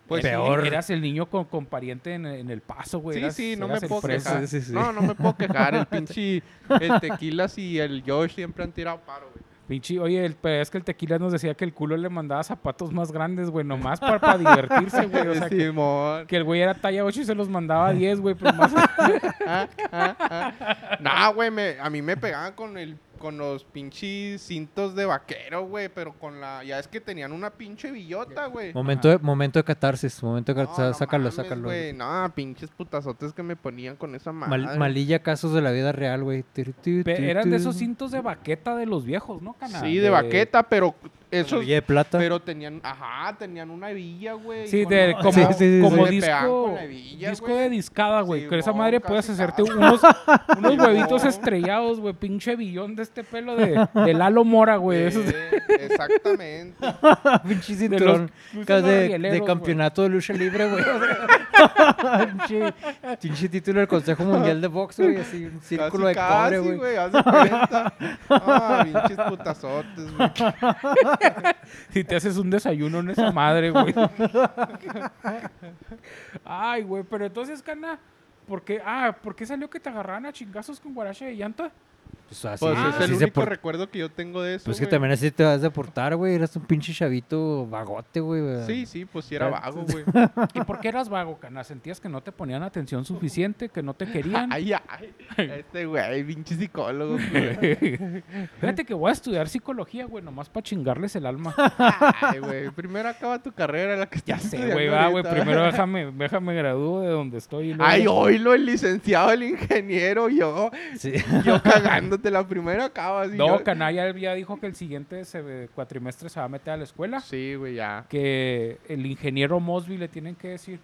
B: Pues sí,
C: peor.
A: Eras el niño con, con pariente en, en el paso, güey.
B: Sí,
A: eras-
B: sí, no me
A: eras el
B: puedo
A: fresa.
B: quejar.
C: Sí, sí, sí.
B: No, no me puedo quejar. El pinche, el tequilas y el Josh siempre han tirado paro, güey.
A: Pinche, oye, el, pero es que el tequila nos decía que el culo le mandaba zapatos más grandes, güey, nomás para, para divertirse, güey. O sea, que,
B: Simón.
A: que el güey era talla 8 y se los mandaba a 10, güey, pero más.
B: Ah, ah, ah. Nah, güey, me- a mí me pegaban con el con los pinches cintos de vaquero, güey, pero con la ya es que tenían una pinche billota, güey.
C: Momento de, momento de catarsis, momento de
B: No,
C: catarsis.
B: no
C: sácalo,
B: mames,
C: sácalo.
B: güey. No, pinches putazotes que me ponían con esa madre.
C: Mal- malilla casos de la vida real, güey. Tu, tu, tu,
A: Pe- eran
C: tu.
A: de esos cintos de baqueta de los viejos, ¿no, canal?
B: Sí, de baqueta, pero esos
C: Malilla de plata.
B: pero tenían, ajá, tenían una hebilla, güey.
A: Sí,
B: con
A: de,
B: la-
A: como,
C: Sí, sí, sí,
A: como
B: sí. Le pegaban
A: disco,
B: con la hebilla,
A: disco
B: güey.
A: de discada, güey.
B: Sí,
A: con esa
B: mo,
A: madre puedes
B: casi,
A: hacerte
B: casi.
A: unos, unos
B: Sí,
A: huevitos
B: mo.
A: estrellados, güey. Pinche billón de este pelo de, de Lalo Mora, güey. de esos-
B: Eh, exactamente.
C: Pinche
A: los-
C: cinturón
A: los
C: ca- de, de,
A: rieleros, güey.
C: campeonato de lucha libre, güey. pinche, pinche título del Consejo Mundial de Box, güey. Así, un círculo de cobre, güey.
B: Haz de cuenta. Ah, pinches putazotes, güey.
A: Si te haces un desayuno en esa madre, güey. Ay, güey, pero entonces, cana, ¿por qué, ah, ¿por qué salió que te agarraran a chingazos con guarache de llanta?
C: Pues así,
B: Pues
A: Ah,
B: es
C: así
B: el
C: se
B: único
C: por-
B: recuerdo que yo tengo de eso.
C: Pues que
B: güey.
C: también así te vas a deportar, güey. Eras un pinche chavito vagote, güey.
B: Sí, sí, pues sí era vago, güey.
A: ¿Y por qué eras vago, cana? ¿Sentías que no te ponían atención suficiente, que no te querían?
B: Ay, ay. Este güey, pinche psicólogo, güey.
A: Fíjate que voy a estudiar psicología, güey, nomás para chingarles el alma.
B: Ay, güey. Primero acaba tu carrera, la que
A: Ya
B: estás
A: sé,
B: estudiando
A: güey, va, güey,
B: ahorita.
A: primero déjame, déjame gradúo de donde estoy. y luego-
B: Ay, oílo, el licenciado, el ingeniero, yo,
C: Sí.
B: yo cagándote. La primera acabas y
A: No,
B: yo-
A: cana, ya, ya dijo que el siguiente se- cuatrimestre se va a meter a la escuela.
B: Sí, güey, ya.
A: que el ingeniero Mosby le tienen que decir.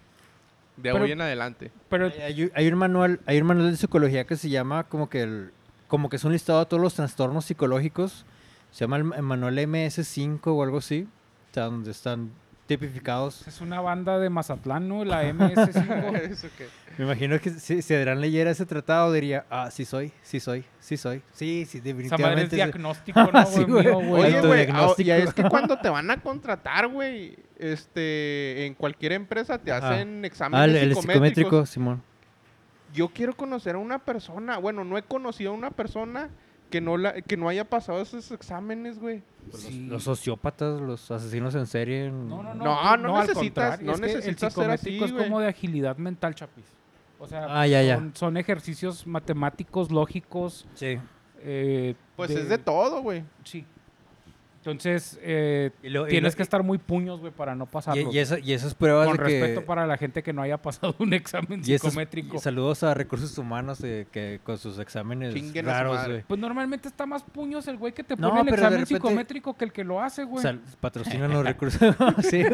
B: De
A: Pero-
B: hoy en adelante.
A: Pero
C: Hay, hay un- hay un manual, hay un manual de psicología que se llama como que el, como que es un listado de todos los trastornos psicológicos. Se llama el, ma- el manual MS5 o algo así. O sea, donde están tipificados.
A: Es una banda de Mazatlán, ¿no? La MS5.
B: Eso que-
C: Me imagino que si, si Adrián leyera ese tratado diría, ah, sí soy, sí soy, sí soy. Sí, sí,
A: Esa madre es
C: definitivamente. soy".
A: diagnóstico, ¿no,
C: Sí,
A: güey?
C: güey.
A: mío, güey?
B: Oye, güey, ah,
C: autodiagnóstico.
B: ya es que cuando te van a contratar, güey, este, en cualquier empresa te
C: Ajá.
B: hacen exámenes
C: Ah, el, el
B: psicométricos.
C: psicométrico, Simón.
B: Yo quiero conocer a una persona, bueno, no he conocido a una persona que no la, que no haya pasado esos exámenes, güey.
C: Pues Los,
A: Sí.
C: los sociópatas, los asesinos en serie.
A: No, no, no.
B: No,
A: pues,
B: no
A: al
B: necesitas-
A: contrario,
B: no
A: es que
B: necesitas
A: el
B: ser así,
A: psicométrico es
B: güey.
A: como de agilidad mental, chapis. O sea,
C: Ah, ya, ya.
A: Son, son ejercicios matemáticos, lógicos.
C: Sí.
A: eh,
B: Pues es de todo, güey.
A: Sí. Entonces, eh,
C: Y lo- y
A: tienes
C: lo-
A: que estar muy puños, güey, para no
C: Y,
A: pasarlos.
C: y esa- y esas pruebas
A: Con
C: de que...
A: respeto para la gente que no haya pasado un examen
C: y esas-
A: psicométrico.
C: y saludos a recursos humanos eh, que con sus exámenes
B: Chinguen a su
C: raros,
B: madre.
C: güey.
A: Pues normalmente está más puños el güey que te
C: No,
A: pone el
C: pero de
A: examen
C: repente-
A: psicométrico que el que lo hace, güey.
C: Sal- patrocinan los recursos. sí.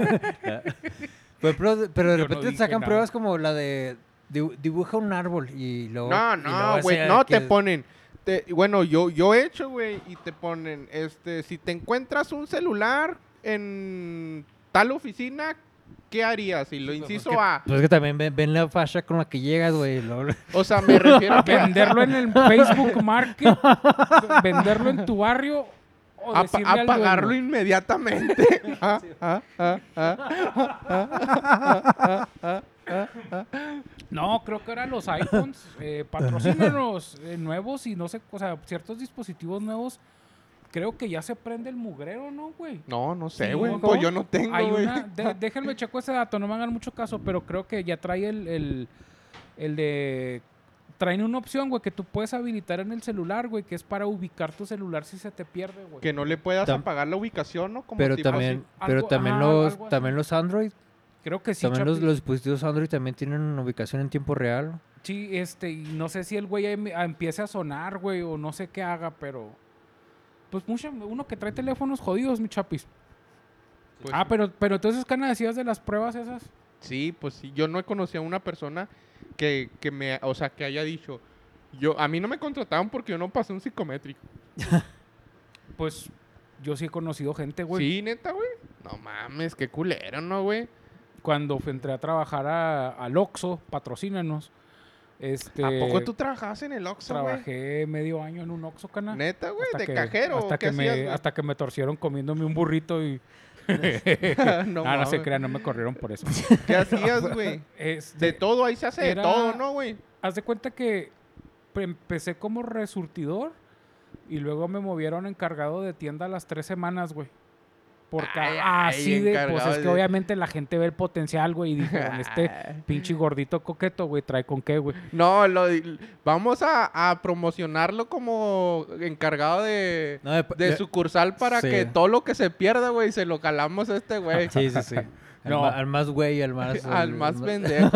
C: pero, pero de- pero de
A: Yo no
C: repente
A: dije
C: sacan
A: nada.
C: pruebas como la de dibu- dibuja un árbol y luego.
B: No,
C: y luego
B: no, güey,
C: ese
B: no
C: que-
B: te ponen. te- bueno, yo, yo he hecho, güey, y te ponen, este, si te encuentras un celular en tal oficina, ¿qué harías? Y lo inciso A.
C: Pues es que también ven, ven la falla con la que llegas, güey. y luego-
B: O sea, me refiero a que
A: venderlo en el Facebook Market, venderlo en tu barrio o
B: a,
A: decirle al
B: pagarlo
A: dueño.
B: inmediatamente. Ah, ah, ah, ah.
A: No, creo que eran los iPhones. eh, patrocínanos eh, nuevos y no sé, o sea, ciertos dispositivos nuevos. Creo que ya se prende el mugrero, ¿no, güey?
B: No, no sé,
A: Sí,
B: güey.
A: ¿no?
B: Pues yo no tengo,
A: Hay
B: güey.
A: una, de- déjenme checo ese dato, no me hagan mucho caso, pero creo que ya trae el, el, el de... Traen una opción, güey, que tú puedes habilitar en el celular, güey, que es para ubicar tu celular si se te pierde, güey.
B: Que no le puedas
C: Tam-
B: apagar la ubicación, ¿no? Como
C: Pero
B: tipo
C: también,
A: así,
C: pero
A: algo-
C: también
A: ajá, algo
C: los,
A: así.
C: también los Android,
A: Creo que sí,
C: también los,
A: Chapi.
C: los dispositivos Android también tienen una ubicación en tiempo real.
A: Sí, este, y no sé si el güey em- a- empiece a sonar, güey, o no sé qué haga, pero... Pues mucha, uno que trae teléfonos jodidos, mi chapis.
B: Pues
A: ah,
B: sí.
A: pero, pero entonces, ¿qué nos decías de las pruebas esas?
B: Sí, pues sí, yo no he conocido a una persona que, que me, o sea, que haya dicho, yo, a mí no me contrataron porque yo no pasé un psicométrico.
A: Pues yo sí he conocido gente, güey.
B: Sí, neta, güey. No mames, qué culero, ¿no, güey?
A: cuando fue- entré a trabajar a, al Oxxo, patrocínanos. Este,
B: ¿A poco tú trabajabas en el Oxxo, güey?
A: Trabajé medio año en un Oxxo, cana.
B: Neta, güey,
A: Hasta
B: de
A: que-
B: cajero.
A: Hasta
B: ¿qué
A: que, me,
B: hacías, güey?
A: hasta que me torcieron comiéndome un burrito y... no,
B: no,
A: no se
B: mames.
A: crean, no me corrieron por eso.
B: ¿Qué hacías, güey?
A: Este,
B: De todo, ahí se hace
A: Era-
B: de todo, ¿no, güey?
A: Haz de cuenta que pre- empecé como resurtidor y luego me movieron encargado de tienda a las tres semanas, güey. Porque
B: Ay, ay,
A: así de... Pues
B: encargado
A: es que
B: de- Ah,
A: obviamente la gente ve el potencial, güey, y dijo, este pinche gordito coqueto, güey, trae con qué, güey.
B: No, lo, vamos a, a promocionarlo como encargado de,
C: No, de,
B: de sucursal para
C: Sí.
B: que todo lo que se pierda, güey, se lo calamos a este güey.
C: Sí, sí, sí. Al,
A: No.
C: ma- al más güey, al más...
B: Al
C: al
B: más
C: ma-
B: pendejo.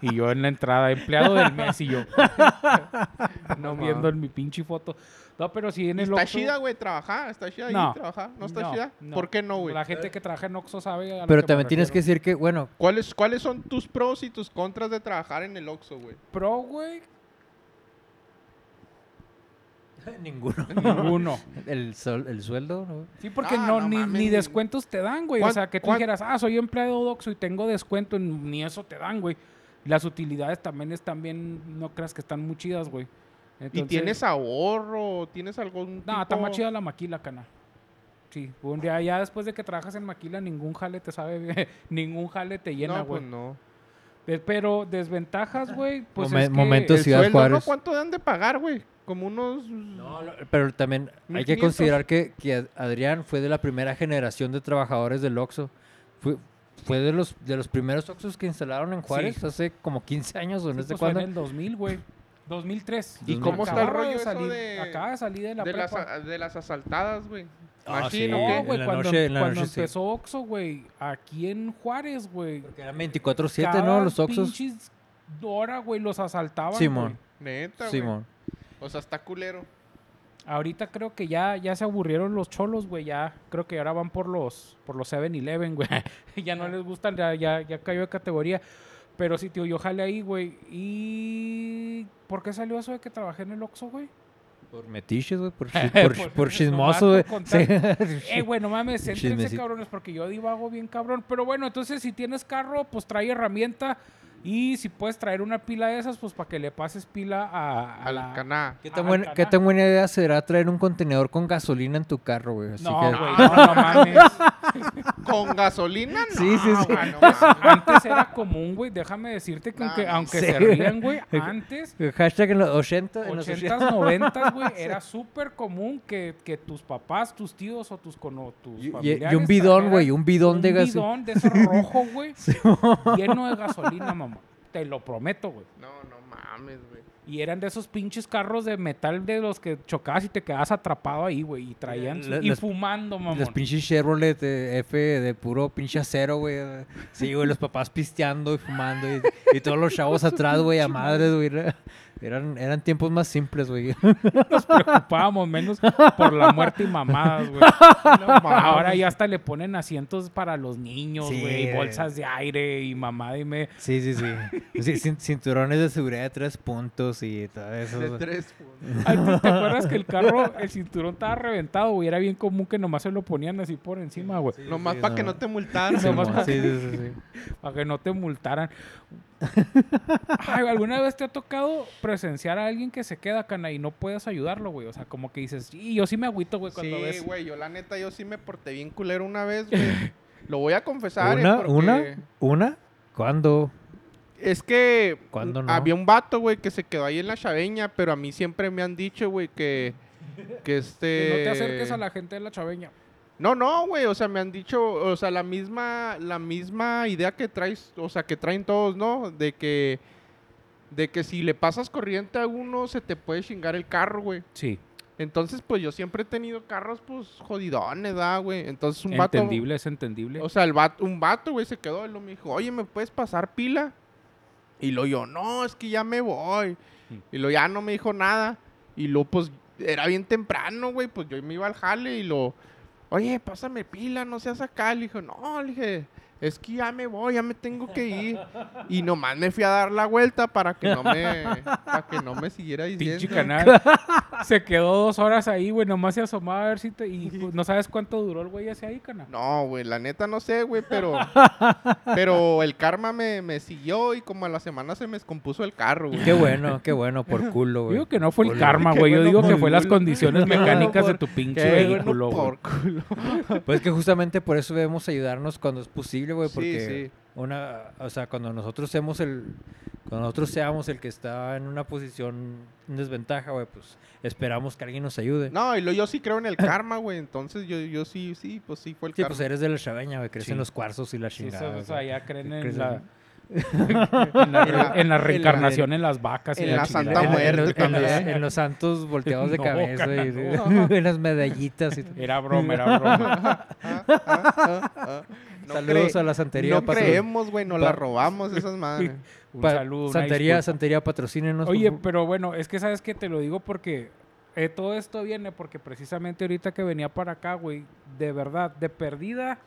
A: Y yo en la entrada, empleado del mes y yo. no
B: No,
A: viendo en mi pinche foto. No, pero sí en el
B: Está
A: Oxxo-
B: chida, güey, trabajar. Está chida ahí,
A: No.
B: trabajar. No está
A: No,
B: chida.
A: no.
B: ¿Por qué no, güey?
A: La gente que trabaja en Oxxo sabe. a lo
C: Pero
A: me
C: también tienes que
A: refiero.
C: decir que, bueno,
B: ¿Cuáles, ¿Cuáles son tus pros y tus contras de trabajar en el Oxxo, güey?
A: Pro, güey.
C: ninguno.
A: Ninguno.
C: El, sol, el sueldo, ¿no?
A: Sí, porque
B: Ah,
A: no,
B: no
A: ni,
B: mames,
A: ni
B: ni-
A: descuentos te dan, güey. O
B: ¿Cuán-
A: sea, que tú
B: cuán-
A: dijeras, ah, soy empleado de Oxxo y tengo descuento, ni eso te dan, güey. Las utilidades también están bien, no creas que están muy chidas, güey.
B: ¿Y
A: Entonces-
B: tienes ahorro? ¿Tienes algún
A: No, está más
B: tipo-
A: chida la maquila, cana. Sí, un día ya después de que trabajas en maquila, ningún jale te sabe, bien, ningún jale te llena,
B: no, pues
A: güey.
B: no.
A: De- Pero desventajas, güey, pues
C: Momen-
A: es que
C: momentos
B: El
C: Ciudad
B: sueldo, ¿no?
C: Juárez.
B: ¿Cuánto dan de pagar, güey? Como unos...
C: Pero también hay que
B: 1500.
C: considerar que, que Ad- Adrián fue de la primera generación de trabajadores del Oxxo. Fue, fue de los de los primeros Oxxos que instalaron en Juárez
A: Sí.
C: hace como 15 años o no
A: sí,
C: sé
A: pues, fue en
C: cuándo.
A: el 2000, güey. 2003.
C: ¿Y cómo
B: está el
A: Acababa
B: rollo eso
A: salir,
B: de-
A: Acaba de salir de la
B: de, las,
A: prepa.
B: a- de las asaltadas, güey.
C: Ah,
B: Imagino,
C: sí.
A: No,
B: ¿qué?
C: En
A: güey,
C: la
A: cuando,
C: noche- en la
A: cuando
C: noche sí.
A: empezó Oxxo, güey, aquí en Juárez, güey.
C: Porque eran 24-7,
A: cada
C: ¿no? Los Oxxos.
A: pinches hora, güey, los asaltaban,
C: Simón.
A: güey.
B: Neta, güey.
C: Simón.
B: O sea, está culero.
A: Ahorita creo que ya, ya se aburrieron los cholos, güey. Ya creo que ahora van por los por los 7-Eleven, güey. ya no les gustan, ya, ya, ya cayó de categoría. Pero sí, tío, yo jale ahí, güey. ¿Y por qué salió eso de que trabajé en el Oxxo, güey?
C: Por metiches, güey, por, chi- por, por chismoso, güey.
A: nomás por
C: Sí.
A: Eh, güey, no mames, céntrense,
C: Chismecito.
A: cabrones, porque yo divago bien cabrón. Pero bueno, entonces si tienes carro, pues trae herramienta. Y si puedes traer una pila de esas, pues para que le pases pila a, a
B: Al
A: la...
B: caná.
C: ¿Qué,
A: Ah,
C: tan buena,
A: carajo.
C: ¿Qué tan buena idea será traer un contenedor con gasolina en tu carro, güey? Así
A: No,
C: que-
A: güey, no, no mames.
B: ¿Con gasolina? No,
C: Sí, sí, sí.
B: güey, no mames.
A: Antes era común, güey, déjame decirte que aunque,
B: No,
A: aunque
C: sí.
A: se ríen, güey, antes...
C: Hashtag en los 80. en los
A: 80s, 90s, güey, era súper común que, que tus papás, tus tíos o tus, cono, tus
C: Y- y-
A: familiares...
C: y un bidón,
A: trajeran
C: güey, un bidón de eh,
A: Un
C: gasolina.
A: bidón de ese rojo, güey, lleno de gasolina, mamá. Te lo prometo, güey.
B: No, no mames, güey.
A: Y eran de esos pinches carros de metal de los que chocabas y te quedabas atrapado ahí, güey. Y traían... su-
C: Le-
A: y
C: les-
A: fumando, mamón.
C: Los pinches Chevrolet eh, F de puro pinche acero, güey. eh. Sí, güey, los papás pisteando y fumando y, y todos los chavos atrás, güey, a madres, güey. Era- Eran, eran tiempos más simples, güey.
A: Nos preocupábamos menos por la muerte y mamadas, güey.
B: Ah, pues.
A: Ahora ya hasta le ponen asientos para los niños,
C: Sí,
A: güey.
C: güey.
A: bolsas de aire y mamada y me...
C: Sí, sí, sí. Sí, cin- cinturones de seguridad de tres puntos y todo eso.
B: De tres puntos.
A: Antes, pues, ¿te acuerdas que el carro, el cinturón estaba reventado, güey? Era bien común que nomás se lo ponían así por encima, güey.
B: Nomás
C: sí,
B: para
C: no.
B: que no te multaran.
C: Sí,
A: nomás
C: mo-
A: pa'
C: sí, sí, sí, sí.
A: Para que no te multaran. Ay, ¿Alguna vez te ha tocado presenciar a alguien que se queda, cana, y no puedes ayudarlo, güey? O sea, como que dices, y yo sí me agüito, güey, cuando
B: Sí,
A: ves...
B: güey, yo la neta, yo sí me porté bien culero una vez, güey. Lo voy a confesar. eh,
C: Una,
B: porque
C: una, una. ¿Cuándo?
B: Es que
C: ¿Cuándo
B: mm,
C: no?
B: había un vato, güey, que se quedó ahí en la chaveña, pero a mí siempre me han dicho, güey, que, que este...
A: Que no te acerques a la gente de la chaveña.
B: No, no, güey, o sea, me han dicho, o sea, la misma, la misma idea que traes, o sea, que traen todos, ¿no? De que, de que si le pasas corriente a uno, se te puede chingar el carro, güey.
A: Sí,
B: Entonces, pues yo siempre he tenido carros, pues, jodidones, ¿da, güey? Entonces, un vato...
A: entendible, es entendible.
B: O sea, el vato- un vato, güey, se quedó. Y lo me dijo, oye, ¿me puedes pasar pila? Y lo yo, no, es que ya me voy.
A: Mm.
B: Y lo ya no me dijo nada. Y lo, pues, era bien temprano, güey. Pues yo me iba al jale y lo, oye, pásame pila, no seas acá. Le dijo, no, le dije, es que ya me voy, ya me tengo que ir. Y nomás me fui a dar la vuelta para que no me, para que no me siguiera diciendo.
A: Pinche canal. se quedó dos horas ahí, güey. Nomás se asomaba a ver si te. Y pues, no sabes cuánto duró el güey hacia ahí, canal.
B: No, güey, la neta no sé, güey, pero. pero el karma me, me siguió y como a la semana se me descompuso el carro, güey.
C: Qué bueno, qué bueno, por culo, güey.
A: digo que no fue el
C: Culo.
A: karma,
B: Qué
A: güey. Yo
B: bueno
A: digo que
B: por
A: fue las
B: culo.
A: condiciones
B: Qué bueno
A: mecánicas de
B: por-
A: tu pinche
B: Qué bueno
A: vehículo, güey.
B: por culo.
C: Pues que justamente por eso debemos ayudarnos cuando es posible, güey,
B: Sí,
C: porque
B: sí.
C: una, o sea, cuando nosotros seamos el, cuando nosotros seamos el que está en una posición en desventaja, güey, pues esperamos que alguien nos ayude.
B: No, y lo, yo sí creo en el karma, güey. Entonces yo, yo sí, sí, pues sí fue el
C: sí,
B: karma.
C: pues eres de la chaveña, güey, crecen
A: Sí.
C: los cuarzos y la
A: Sí, eso,
C: chingada.
A: o sea, ya creen en
C: Creen
A: la.
C: en-
A: en, la, re- en la
B: en la-
A: reencarnación en las vacas y
B: en
A: la,
B: la
A: chingada.
B: Santa
C: En- en-
B: Muerte
C: en, en los-
B: también.
C: en los santos volteados de
A: No,
C: cabeza y
B: carnal,
C: en las medallitas. Y todo.
A: Era broma, era broma.
B: Ah, ah, ah, ah. No
C: Saludos
B: cre-
C: a la santería.
B: No creemos, güey, nos la
C: pa-
B: robamos esas madres.
A: Un
C: pa-
A: saludo. una
C: santería,
A: disculpa.
C: santería, patrocínenos. por
A: Oye,
C: favor.
A: pero bueno, es que sabes que te lo digo porque eh, todo esto viene porque precisamente ahorita que venía para acá, güey, de verdad, de perdida,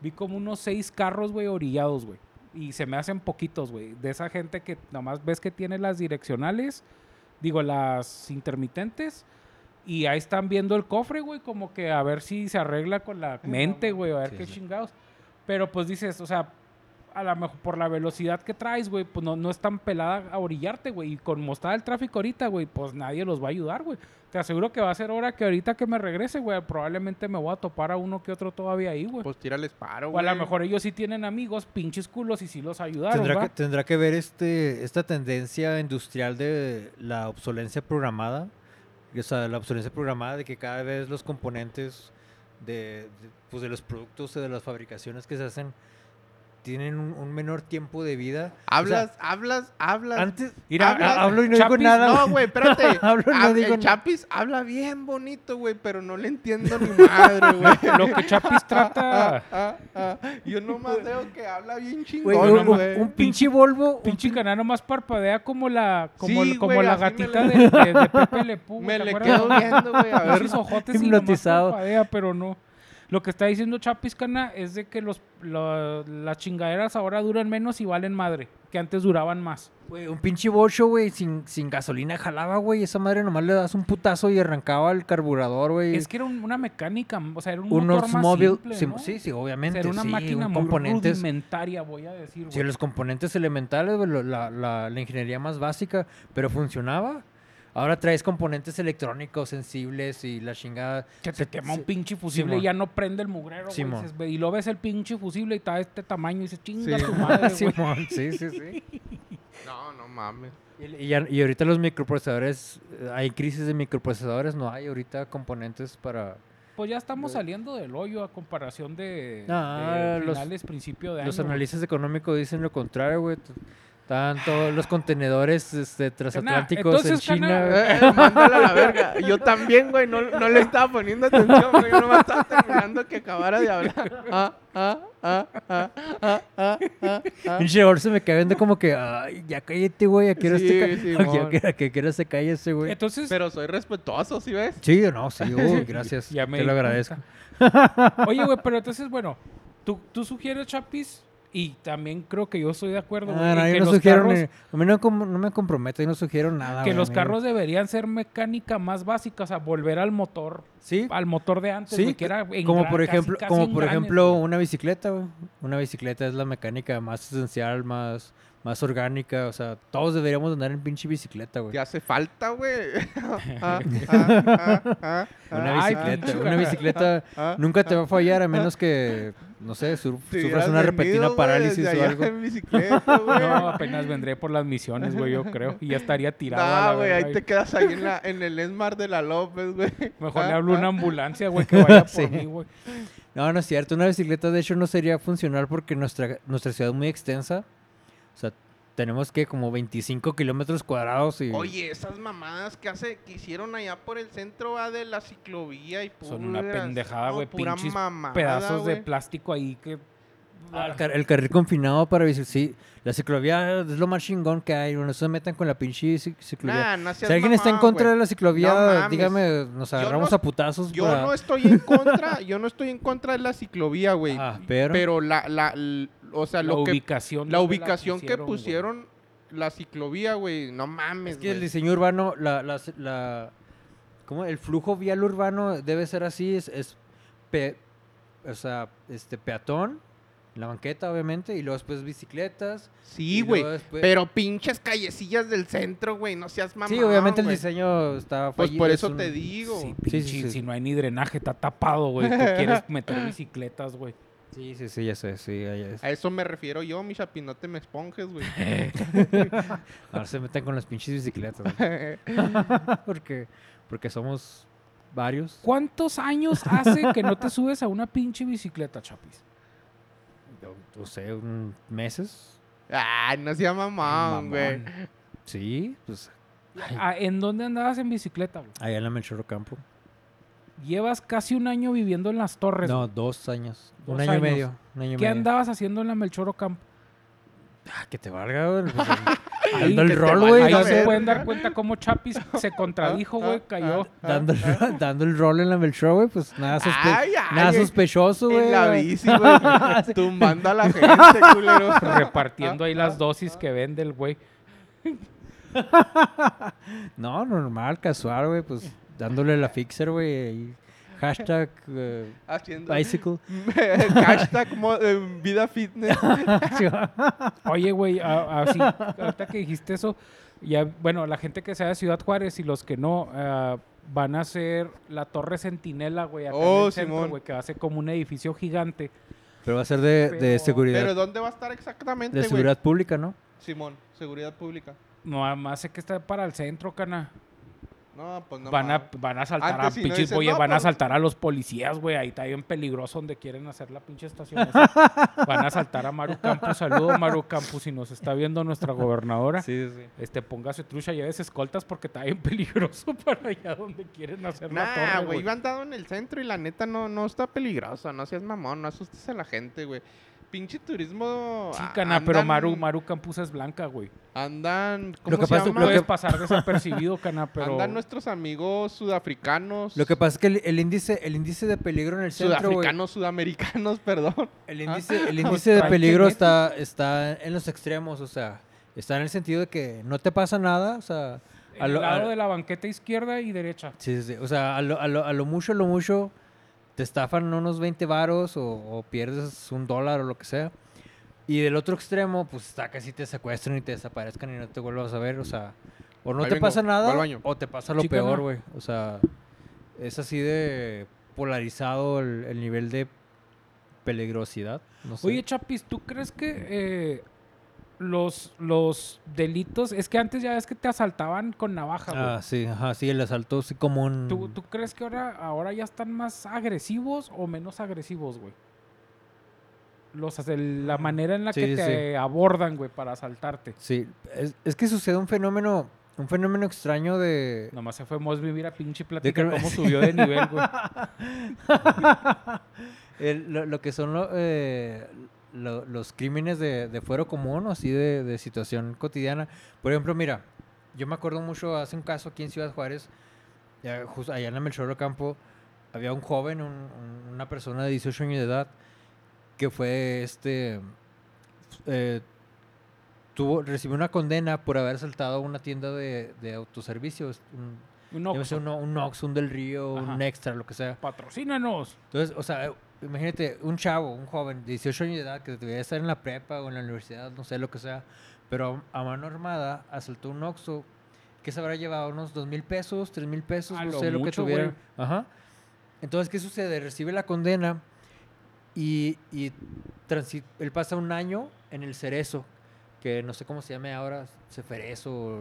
A: vi como unos seis carros, güey, orillados, güey. Y se me hacen poquitos, güey. De esa gente que nomás ves que tiene las direccionales, digo, las intermitentes. Y ahí están viendo el cofre, güey, como que a ver si se arregla con la mente, güey, a ver
C: Sí,
A: qué
C: sí.
A: chingados. Pero pues dices, o sea, a lo mejor por la velocidad que traes, güey, pues no, no es tan pelada a orillarte, güey. Y como está el tráfico ahorita, güey, pues nadie los va a ayudar, güey. Te aseguro que va a ser hora que ahorita que me regrese, güey, probablemente me voy a topar a uno que otro todavía ahí, güey.
B: Pues tírales paro,
A: o a
B: güey.
A: lo mejor ellos sí tienen amigos, pinches culos, y sí los ayudaron,
C: Tendrá que,
A: ¿va?
C: tendrá que ver este, esta tendencia industrial de la obsolencia programada, o sea, la obsolencia programada de que cada vez los componentes de, de, pues, de los productos o de las fabricaciones que se hacen tienen un, un menor tiempo de vida. O sea,
B: Hablas, hablas, hablas.
C: antes
A: Mira,
C: habla-
A: ah,
C: hablo y no
A: Chapis,
C: digo nada.
B: No,
C: güey.
B: güey, espérate.
C: Hablo y no
B: Hab-
C: digo
B: Ah, el
C: nada.
B: Chapis habla bien bonito, güey, pero no le entiendo ni madre, güey.
A: Lo que Chapis trata,
B: Ah, ah, ah. Yo nomás veo que habla bien
C: Güey,
B: chingón,
C: un,
B: güey.
C: un- un pinche Volvo. un-
A: pinche canal nomás parpadea como la, como,
B: Sí,
A: el- como
B: güey,
A: la
B: así me
A: gatita
B: le-
A: de, de- de Pepe Le Pew, güey,
B: Me
A: ¿te
B: le
A: acuerdas?
B: quedo viendo, güey, a ver.
A: Pinches ojotes y
C: Hipnotizado.
A: nomás parpadea, pero no. Lo que está diciendo Chapis Cana es de que los, la- las chingaderas ahora duran menos y valen madre, que antes duraban más.
C: Güey, un pinche bocho, güey, sin, sin gasolina jalaba, güey. Esa madre nomás le das un putazo y arrancaba el carburador, güey.
A: Es que era un- una mecánica, o sea, era un,
C: un
A: motor más
C: Oldsmobile.
A: simple,
C: sí,
A: ¿no?
C: Sí, sí,
A: O sea,
C: obviamente.
A: era una
C: sí,
A: máquina
C: un
A: muy
C: componentes,
A: rudimentaria, voy a decir,
C: Sí,
A: güey.
C: los componentes elementales, güey, lo- la, la- la ingeniería más básica, pero funcionaba. Ahora traes componentes electrónicos sensibles y la chingada.
A: que te
C: se-
A: quema un
C: se-
A: pinche fusible
C: Simón.
A: y ya no prende el mugrero, güey.
C: Simón.
A: Dices, ve- Y lo ves el pinche fusible y está de este tamaño y dices, chinga
B: Sí.
A: tu madre, güey.
C: Simón, sí, sí, sí.
B: No, no mames.
C: Y, y ya- y ahorita los microprocesadores, eh, hay crisis de microprocesadores, no hay ahorita componentes para...
A: Pues ya estamos saliendo del hoyo a comparación de,
C: Ah,
A: de
C: los-
A: finales, principio de año.
C: Los
A: güey.
C: analistas económicos dicen lo contrario, güey. T- Tanto los contenedores este, transatlánticos en
A: Pues entonces,
C: China.
A: carnal,
C: güey.
B: Eh, eh, mándala a la verga. Yo también, güey, no, no le estaba poniendo atención, güey. Yo nomás estaba terminando que acabara de hablar. Ah, ah, ah, ah, ah, ah, ah, ah.
C: Pinche Orson se me queda viendo como que, ay, ya cállate, güey, a que no se
B: Sí,
C: ca-
B: Simón.
C: a que- a que quiera se calle ese, güey.
A: Entonces,
B: Pero soy respetuoso, ¿sí ves?
C: Sí, no, sí, uy, gracias.
A: Ya me
C: Te
A: di
C: lo agradezco.
A: oye, güey, pero entonces, bueno, tú, tú sugieres Chapis y también creo que yo estoy de acuerdo, güey.
C: Ah,
A: en
C: no,
A: que
C: yo no
A: los
C: sugiero
A: carros-
C: ni- Ah, a mí no, com- no me comprometo, yo no sugiero nada.
A: que
C: güey,
A: los
C: a mí-
A: carros deberían ser mecánica más básica, o sea, volver al motor,
C: Sí,
A: al motor de antes,
C: sí,
A: güey, que era
C: como
A: engra-
C: por
A: casi,
C: ejemplo,
A: casi
C: como por
A: engranes,
C: ejemplo
A: güey.
C: una bicicleta, güey. Una bicicleta es la mecánica más esencial, más, más orgánica, o sea, todos deberíamos andar en pinche bicicleta, güey.
B: Ya hace falta, güey. Ah, ah, ah, ah,
C: Una
B: ah,
A: Ay,
C: bicicleta,
A: pinche
C: una bicicleta
B: ah,
C: nunca te va a fallar a menos que, no sé, sur-
B: Te
C: sufras
B: hubieras
C: una
B: venido,
C: repentina
B: güey,
C: parálisis
B: desde
C: o
B: allá
C: algo.
B: en bicicleta, güey.
A: No, apenas vendré por las misiones, güey, yo creo. Y ya estaría tirado. a la
B: Ah, güey,
A: verga,
B: ahí te quedas ahí en, la, en el Esmar de la López, güey.
A: Mejor le
B: Ah,
A: hablo a
B: ah.
A: una ambulancia, güey, que vaya por
C: Sí.
A: mí, güey.
C: No, no es cierto. Una bicicleta, de hecho, no sería funcional porque nuestra, nuestra ciudad es muy extensa. O sea, tenemos que como 25 kilómetros cuadrados y...
B: Oye, esas mamadas que hace, que hicieron allá por el centro va de la ciclovía y
A: Son una
B: puras-
A: pendejada,
B: no,
A: güey,
B: pura
A: pinches
B: mamada,
A: Pedazos de
B: güey.
A: plástico ahí que...
C: Ah, El, car- el carril confinado para bicicletas. Sí, la ciclovía es lo más chingón que hay. No se metan con la pinche ci-
B: Nah,
C: ciclovía.
B: no seas
C: si alguien está en
B: mamón,
C: contra
B: güey.
C: de la ciclovía,
B: No mames.
C: dígame, nos
B: Yo
C: agarramos
B: no-
C: a putazos.
B: Yo
C: para-
B: no estoy en contra, yo no estoy en contra de la ciclovía, güey.
C: Ah, pero-
B: la, la, l- o sea,
A: la
B: lo que,
A: ubicación.
B: la
A: donde
B: ubicación que
A: güey.
B: pusieron la ciclovía, güey, no mames,
C: Es que el
B: güey.
C: diseño urbano, la, la, la- ¿cómo? el flujo vial urbano debe ser así, es, es pe- o sea, este peatón, la banqueta obviamente, y luego después bicicletas.
B: Sí,
C: y
B: güey.
C: luego después-
B: Pero pinches callecillas del centro, güey, no seas mamón.
C: sí, obviamente el
B: güey.
C: diseño está
B: Pues
C: fallido,
B: por
C: es
B: eso
C: un-
B: te digo.
A: Sí,
C: Sí, sí,
A: pinche,
C: sí.
A: si no hay ni drenaje, está tapado, güey. Tú quieres meter bicicletas, güey.
C: Sí, sí, sí, ya sé, sí, ya- ya sé.
B: A eso me refiero yo, mi chapín, no te me esponjes, güey.
C: Ahora se meten con las pinches bicicletas, güey, porque, porque somos varios.
A: ¿Cuántos años hace que no te subes a una pinche bicicleta, Chapis?
C: yo No sé, un- meses.
B: Ay, no seas mamón,
A: Mamón.
B: Ah, güey.
C: Sí, pues
A: Ah, ¿En dónde andabas en bicicleta, güey?
C: allá en la Melchor Campo.
A: Llevas casi un año viviendo en las torres.
C: No, dos años.
A: Dos
C: un año
A: años.
C: y medio. Un año y
A: ¿Qué
C: medio.
A: andabas haciendo en la Melchor Ocampo?
C: Ah, que te valga, güey. pues,
A: Ahí,
B: que
C: dando el
B: te
C: rol,
B: valga
C: güey.
A: ahí
B: a
C: dando-
A: se
B: ver.
A: pueden dar cuenta cómo Chapis se contradijo, güey, cayó.
C: Dando, el rol- dando el rol en la Melchor, güey, pues nada, sospe-
B: Ah. Ay, ay,
C: nada
B: ay,
C: sospechoso, güey.
B: En la bici, güey. Tumbando a la gente, culero.
A: repartiendo ahí las dosis que vende el güey.
C: No, normal, casual, güey, pues dándole la fixer, güey. y Hashtag eh,
B: Haciendo.
C: bicycle.
B: Hashtag mo- eh, vida fitness.
A: Oye, güey, a- así, ahorita que dijiste eso, ya, bueno, la gente que sea de Ciudad Juárez y los que no, ah, van a ser la Torre Centinela, güey, acá en
B: Oh,
A: el centro,
B: Simón.
A: güey, que va a ser como un edificio gigante.
C: Pero va a ser de, de
A: Pero-
C: seguridad.
B: Pero ¿dónde va a estar exactamente,
C: de
B: güey?
C: seguridad pública, ¿no?
B: Simón, seguridad pública.
A: No, más sé que está para el centro, cana.
B: No, pues no.
A: van, a,
B: mames.
A: van a saltar
B: Antes
A: a
B: si no
A: pinches,
B: dices,
A: oye,
B: "No,
A: van a
B: pues".
A: asaltar a los policías, güey, ahí está bien peligroso donde quieren hacer la pinche estación. esa. van a asaltar a Maru Campos. Saludos, Maru Campos, si nos está viendo nuestra gobernadora.
C: Sí, sí.
A: Este, póngase trucha, lleves escoltas porque está bien peligroso para allá donde quieren hacer la
B: Nah,
A: torre,
B: güey,
A: güey.
B: iba andado en el centro y la neta no, no está peligroso. No seas mamón, no asustes a la gente, güey. Pinche turismo.
A: Sí,
B: a-
A: cana, pero
B: andan-
A: Maru, Maru Campos es blanca, güey.
B: Andan. ¿Cómo
C: que
B: se
C: pasa-
B: llama?
C: lo
A: Puedes
C: que-
A: pasar desapercibido, cana, pero...
B: Andan nuestros amigos sudafricanos.
C: Lo que pasa es que el, el índice, el índice de peligro en el centro, güey.
B: Sudafricanos, sudamericanos, perdón.
C: El
B: Ah.
C: índice, el índice de
A: Está en
C: peligro
A: Cheneto.
C: está, está en los extremos, o sea, Está en el sentido de que no te pasa nada, o sea... a
A: Al
C: lo- a-
A: lado de la banqueta izquierda y derecha.
C: Sí, sí, sí. O sea, a lo, a lo- a lo mucho, a lo mucho, te estafan unos 20 varos o, o pierdes un dólar o lo que sea. Y del otro extremo, pues está casi te secuestran y te desaparezcan y no te vuelvas a ver. O sea, o no
B: Ahí
C: te
B: vengo,
C: pasa
B: voy
C: nada
B: al baño. pues,
C: o te pasa lo
A: Chica,
C: peor,
A: no.
C: güey. O sea, es así de polarizado el, el nivel de peligrosidad. No sé.
A: Oye, Chapis, ¿tú crees que eh, los, los delitos... Es que antes ya ves que te asaltaban con navaja, güey.
C: ah, sí, ajá, sí, el asalto sí como un...
A: ¿Tú, tú crees que ahora, ahora ya están más agresivos o menos agresivos, güey? Los, as- el- la manera en la
C: Sí,
A: que
C: sí,
A: te abordan, güey, para asaltarte.
C: Sí, es, es que sucede un fenómeno, un fenómeno extraño de...
A: Nomás se fue Mosby, mira, pinche plática,
C: que-
A: cómo subió de nivel, güey.
C: El- lo, lo que son lo- eh, lo- los crímenes de, de fuero común, o así de, de situación cotidiana. Por ejemplo, mira, yo me acuerdo mucho, hace un caso aquí en Ciudad Juárez, ya jus- allá en la Melchor Ocampo, había un joven, un- un- una persona de 18 años de edad, que fue este... eh, tuvo, recibió una condena por haber asaltado una tienda de, de autoservicios, un,
A: Un
C: ya
A: Oxxo,
C: sea un, un Oxxo, un Del Río, un
A: Ajá.
C: Extra, lo que sea.
A: patrocínanos.
C: Entonces, o sea, eh, imagínate un chavo, un joven de 18 años de edad que debería estar en la prepa o en la universidad, no sé lo que sea, pero a a mano armada asaltó un Oxxo que se habrá llevado unos 2 mil pesos, 3 mil pesos,
A: A
C: no
A: lo
C: sé lo que
A: mucho,
C: tuviera.
A: güey.
C: Ajá. Entonces, ¿qué sucede? Recibe la condena y, y transi- él pasa un año en el cerezo, que no sé cómo se llame ahora, ceferezo, o,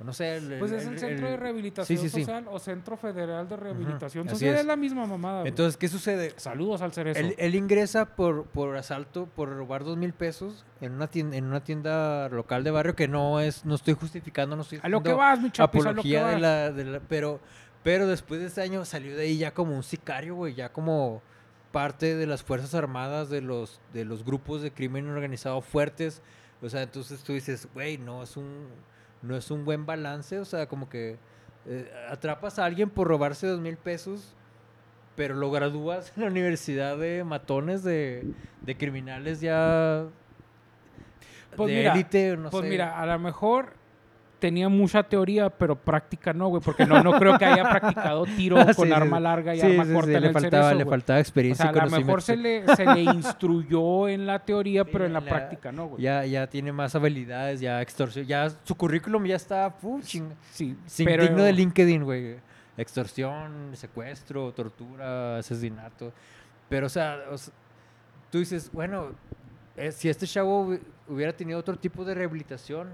C: o no sé. el-
A: Pues
C: el-
A: es el
C: el-
A: Centro de
C: el-
A: Rehabilitación
C: sí, sí.
A: Social o Centro Federal de Rehabilitación
C: así
A: Social.
C: es.
A: Es la misma mamada. güey.
C: Entonces, ¿qué sucede?
A: Saludos al Cerezo.
C: Él, él ingresa por, por asalto, por robar dos mil pesos en una, tienda, en una tienda local de barrio que no es, no estoy justificando, no estoy
A: a lo que
C: haciendo
A: vas, mi chapis, a lo que
C: apología
A: vas.
C: de la, de la- pero, pero después de ese año salió de ahí ya como un sicario, güey, ya como parte de las fuerzas armadas de los, de los grupos de crimen organizado fuertes. O sea, entonces tú dices, güey, no es un, no es un buen balance, o sea, como que eh, atrapas a alguien por robarse dos mil pesos, pero lo gradúas en la universidad de matones, de, de criminales ya
A: Pues
C: de
A: mira,
C: élite, no
A: pues
C: sé.
A: mira, a lo mejor tenía mucha teoría, pero práctica no, güey, porque no, no creo que haya practicado tiro
C: Ah, Sí,
A: con
C: sí,
A: arma
C: sí.
A: larga y
C: Sí,
A: arma
C: sí, sí,
A: corta en
C: le
A: el
C: faltaba,
A: Cerezo,
C: le
A: güey.
C: faltaba
A: O
C: experiencia
A: sea, a
C: y
A: lo mejor
C: conocimiento.
A: se le, se le instruyó en la teoría,
C: Sí,
A: pero en la,
C: la-
A: práctica no, güey.
C: ya, ya tiene más habilidades, ya extorsión, ya su currículum ya está fu, ching-
A: Sí,
C: sin-
A: pero
C: digno de LinkedIn, güey. Extorsión, secuestro, tortura, asesinato. Pero, o sea, o sea, tú dices, bueno, eh, si este chavo hubi- hubiera tenido otro tipo de rehabilitación,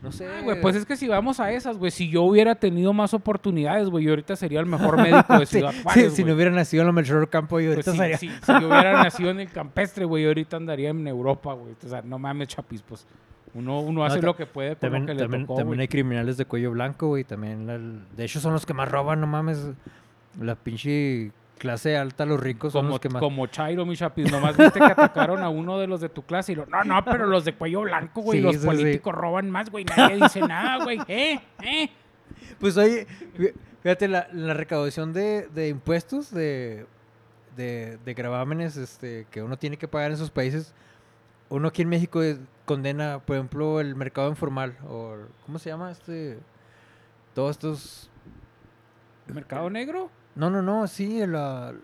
C: no sé.
A: Ah, güey, pues es que si vamos a esas, güey, si yo hubiera tenido más oportunidades, güey, yo ahorita sería el mejor médico de
C: Sí,
A: Ciudad
C: sí,
A: Juárez,
C: si
A: güey.
C: no hubiera nacido en la Melchor Campo, yo
A: Pues
C: ahorita
A: sí,
C: estaría-
A: sí, si yo hubiera nacido en el campestre, güey, yo ahorita andaría en Europa, güey. O sea, no mames, chapis, pues uno, uno hace
C: ta-
A: lo que puede con
C: También,
A: lo que
C: también-
A: le tocó,
C: también
A: güey.
C: hay criminales de cuello blanco, güey. También, la- de hecho, son los que más roban, no mames. La pinche clase alta, los ricos son
A: Como,
C: los que más.
A: como Chairo, mi chapis, nomás viste que atacaron a uno de los de tu clase y lo, no, no, pero los de cuello blanco, güey,
C: Sí,
A: los
C: sí, sí.
A: políticos roban más, güey, nadie dice nada, güey, eh, eh.
C: Pues oye, fí- fíjate, la, la recaudación de, de impuestos, de, de, de gravámenes este, que uno tiene que pagar en esos países, uno aquí en México eh, condena, por ejemplo, el mercado informal, o ¿cómo se llama este? Todos estos
A: ¿Mercado negro?
C: No, no, no, sí, la-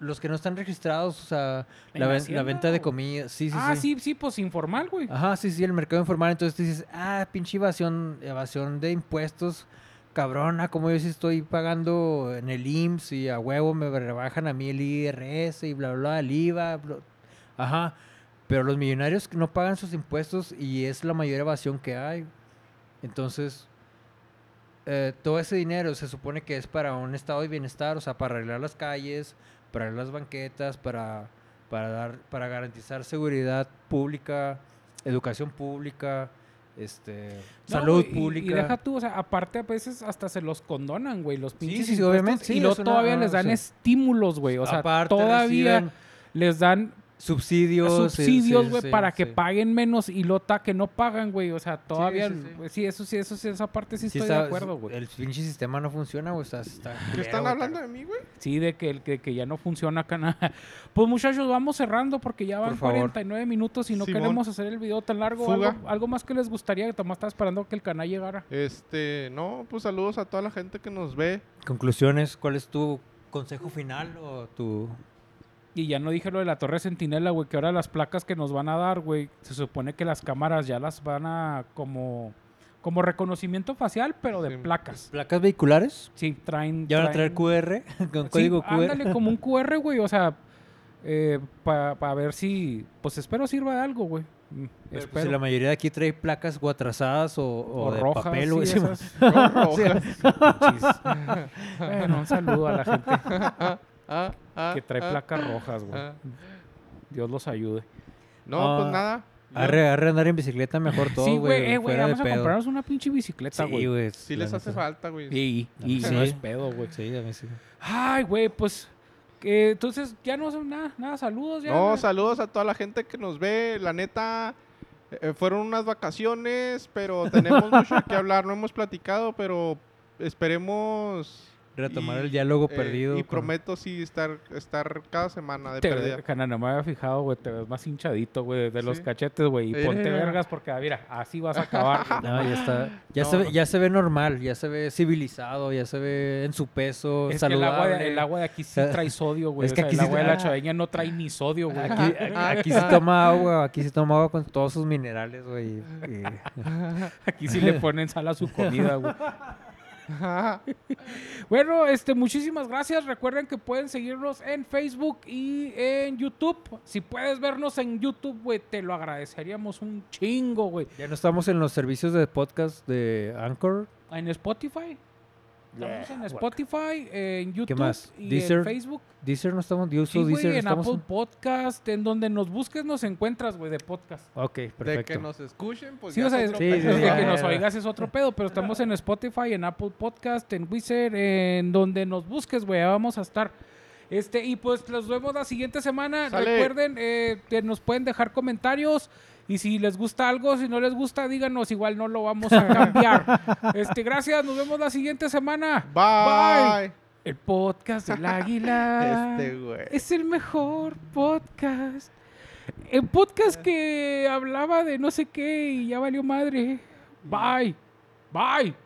C: los que no están registrados, o sea,
A: ¿En
C: la,
A: la
C: ven-
A: hacienda
C: la venta de
A: o?
C: comida, sí, sí,
A: ah,
C: sí. Ah,
A: sí, sí, pues informal, güey.
C: Ajá, sí, sí, el mercado informal, entonces tú dices, ah, pinche evasión, evasión de impuestos, cabrona, como yo sí estoy pagando en el IMSS y a huevo me rebajan a mí el IRS y bla, bla, bla, el IVA, bla". ajá, pero los millonarios que no pagan sus impuestos y es la mayor evasión que hay, entonces... eh, todo ese dinero se supone que es para un estado de bienestar, o sea, para arreglar las calles, para arreglar las banquetas, para, para, dar, para garantizar seguridad pública, educación pública, este,
A: No,
C: salud
A: güey, y-
C: pública.
A: Y deja tú, o sea, aparte a veces hasta se los condonan, güey, los pinches.
C: sí, sí,
A: impuestos,
C: obviamente, sí,
A: y luego
C: es una-
A: todavía les
C: ah,
A: dan
C: sí.
A: estímulos, güey. O sea,
C: Aparte
A: todavía
C: reciben-
A: les dan
C: Subsidios. sí,
A: subsidios,
C: sí,
A: güey,
C: sí,
A: para que
C: sí.
A: paguen menos y lota que no pagan, güey. O sea, todavía.
B: sí,
A: Sí,
B: sí.
A: eso sí, eso sí, esa parte sí,
C: Sí eh.
A: estoy
C: está-
A: de acuerdo, güey.
C: El pinche sistema no funciona, güey. Está, está
B: ¿Qué
C: culero,
B: están
C: güey,
B: hablando de
C: está-
B: mí, güey?
A: Sí, de que, el- que, que ya no funciona acá nada. Pues muchachos, vamos cerrando porque ya van
C: Por favor.
A: 49 minutos y no
B: Simón.
A: queremos hacer el video tan largo.
B: Fuga.
A: Algo, algo más que les gustaría, que Tomás estaba esperando que el canal llegara.
B: Este, no, pues saludos a toda la gente que nos ve.
C: Conclusiones, ¿cuál es tu consejo final o tu.
A: Y ya no dije lo de la torre sentinela, güey, que ahora las placas que nos van a dar, güey, se supone que las cámaras ya las van a como, como reconocimiento facial, pero de
B: Sí.
A: placas.
C: placas vehiculares?
A: Sí, traen...
C: Ya van a traer
A: traen-
C: QR con
A: Sí,
C: código QR.
A: Ándale, como un QR, güey. O sea, para ver si. Pues espero sirva de algo, güey. Mm,
C: Pero, pues,
A: espero.
C: si la mayoría de aquí trae placas o atrasadas o, o de papel,
A: sí,
C: güey.
A: esas.
B: Yo, Rojas.
A: Chis. bueno, un saludo a la gente
B: Ah, ah,
A: que trae
B: ah,
A: placas rojas, güey.
B: ah.
A: Dios los ayude.
B: No,
C: Ah,
B: pues nada. Yo-
C: Arre, arre andar en bicicleta mejor todo,
A: sí,
C: güey.
A: güey, eh, güey,
C: fuera de
A: vamos a
C: pedo.
A: comprarnos una pinche bicicleta,
C: Sí,
A: güey.
C: güey.
B: Sí
C: la
B: les hace
C: neta.
B: falta, güey.
A: y y
C: Sí.
A: no es pedo, güey.
C: Sí, a mí sí.
A: Ay, güey, pues. que entonces, ya no son nada, nada, saludos. Ya,
B: No,
A: nada.
B: saludos a toda la gente que nos ve. La neta, eh, fueron unas vacaciones, pero tenemos mucho que hablar. No hemos platicado, pero esperemos.
C: Retomar
B: y,
C: el diálogo
B: eh,
C: perdido.
B: Y
C: con-
B: prometo, sí, estar, estar cada semana de
A: Te,
B: perdida.
A: Cana, no me había fijado, güey, te ves más hinchadito, güey, de los
B: Sí.
A: cachetes, güey, y
B: Eh.
A: ponte vergas porque, ah, mira, así vas a acabar. güey.
C: No, ya está. Ya,
B: No,
C: se ve,
B: no.
C: ya se ve normal, ya se ve civilizado, ya se ve en su peso,
A: es que el
C: saludable.
A: agua, de, el agua de aquí sí trae sodio, güey.
C: Es
A: o
C: que
A: sea,
C: aquí
A: el
C: sí-
A: agua de la
C: ah.
A: chaveña no trae ni sodio, güey.
C: Aquí,
A: Ah.
C: a- aquí se toma agua, aquí se toma agua con todos sus minerales, güey. y-
A: Aquí sí le ponen sal a su comida, güey. Bueno, este, muchísimas gracias. Recuerden que pueden seguirnos en Facebook y en YouTube. Si puedes vernos en YouTube, güey, te lo agradeceríamos un chingo, güey.
C: Ya no estamos en los servicios de podcast de Anchor.
A: En Spotify. Estamos en Spotify, en YouTube
C: más?
A: y en
C: Deezer.
A: Facebook.
C: Deezer no estamos, yo
A: Sí,
C: uso
A: güey,
C: Deezer. no
A: en
C: estamos
A: Apple Podcast, en donde nos busques nos encuentras, güey, de podcast.
C: Ok,
B: De
C: perfecto.
B: que nos escuchen, pues.
A: Sí,
B: ya
A: o sea,
B: es otro
C: sí,
B: pedo.
A: de
C: sí, ya,
A: que
C: ya,
A: nos
C: ya.
A: oigas es otro pedo, pero estamos en Spotify, en Apple Podcast, en Wizard, en donde nos busques, güey, ahí vamos a estar. Este, y pues los vemos la siguiente semana.
B: Sale.
A: Recuerden eh, que nos pueden dejar comentarios. Y si les gusta algo, si no les gusta, díganos, igual no lo vamos a cambiar. Este, gracias, nos vemos la siguiente semana.
B: Bye.
A: El podcast del águila.
B: Este, güey.
A: Es el mejor podcast. El podcast que hablaba de no sé qué y ya valió madre. Bye. Bye.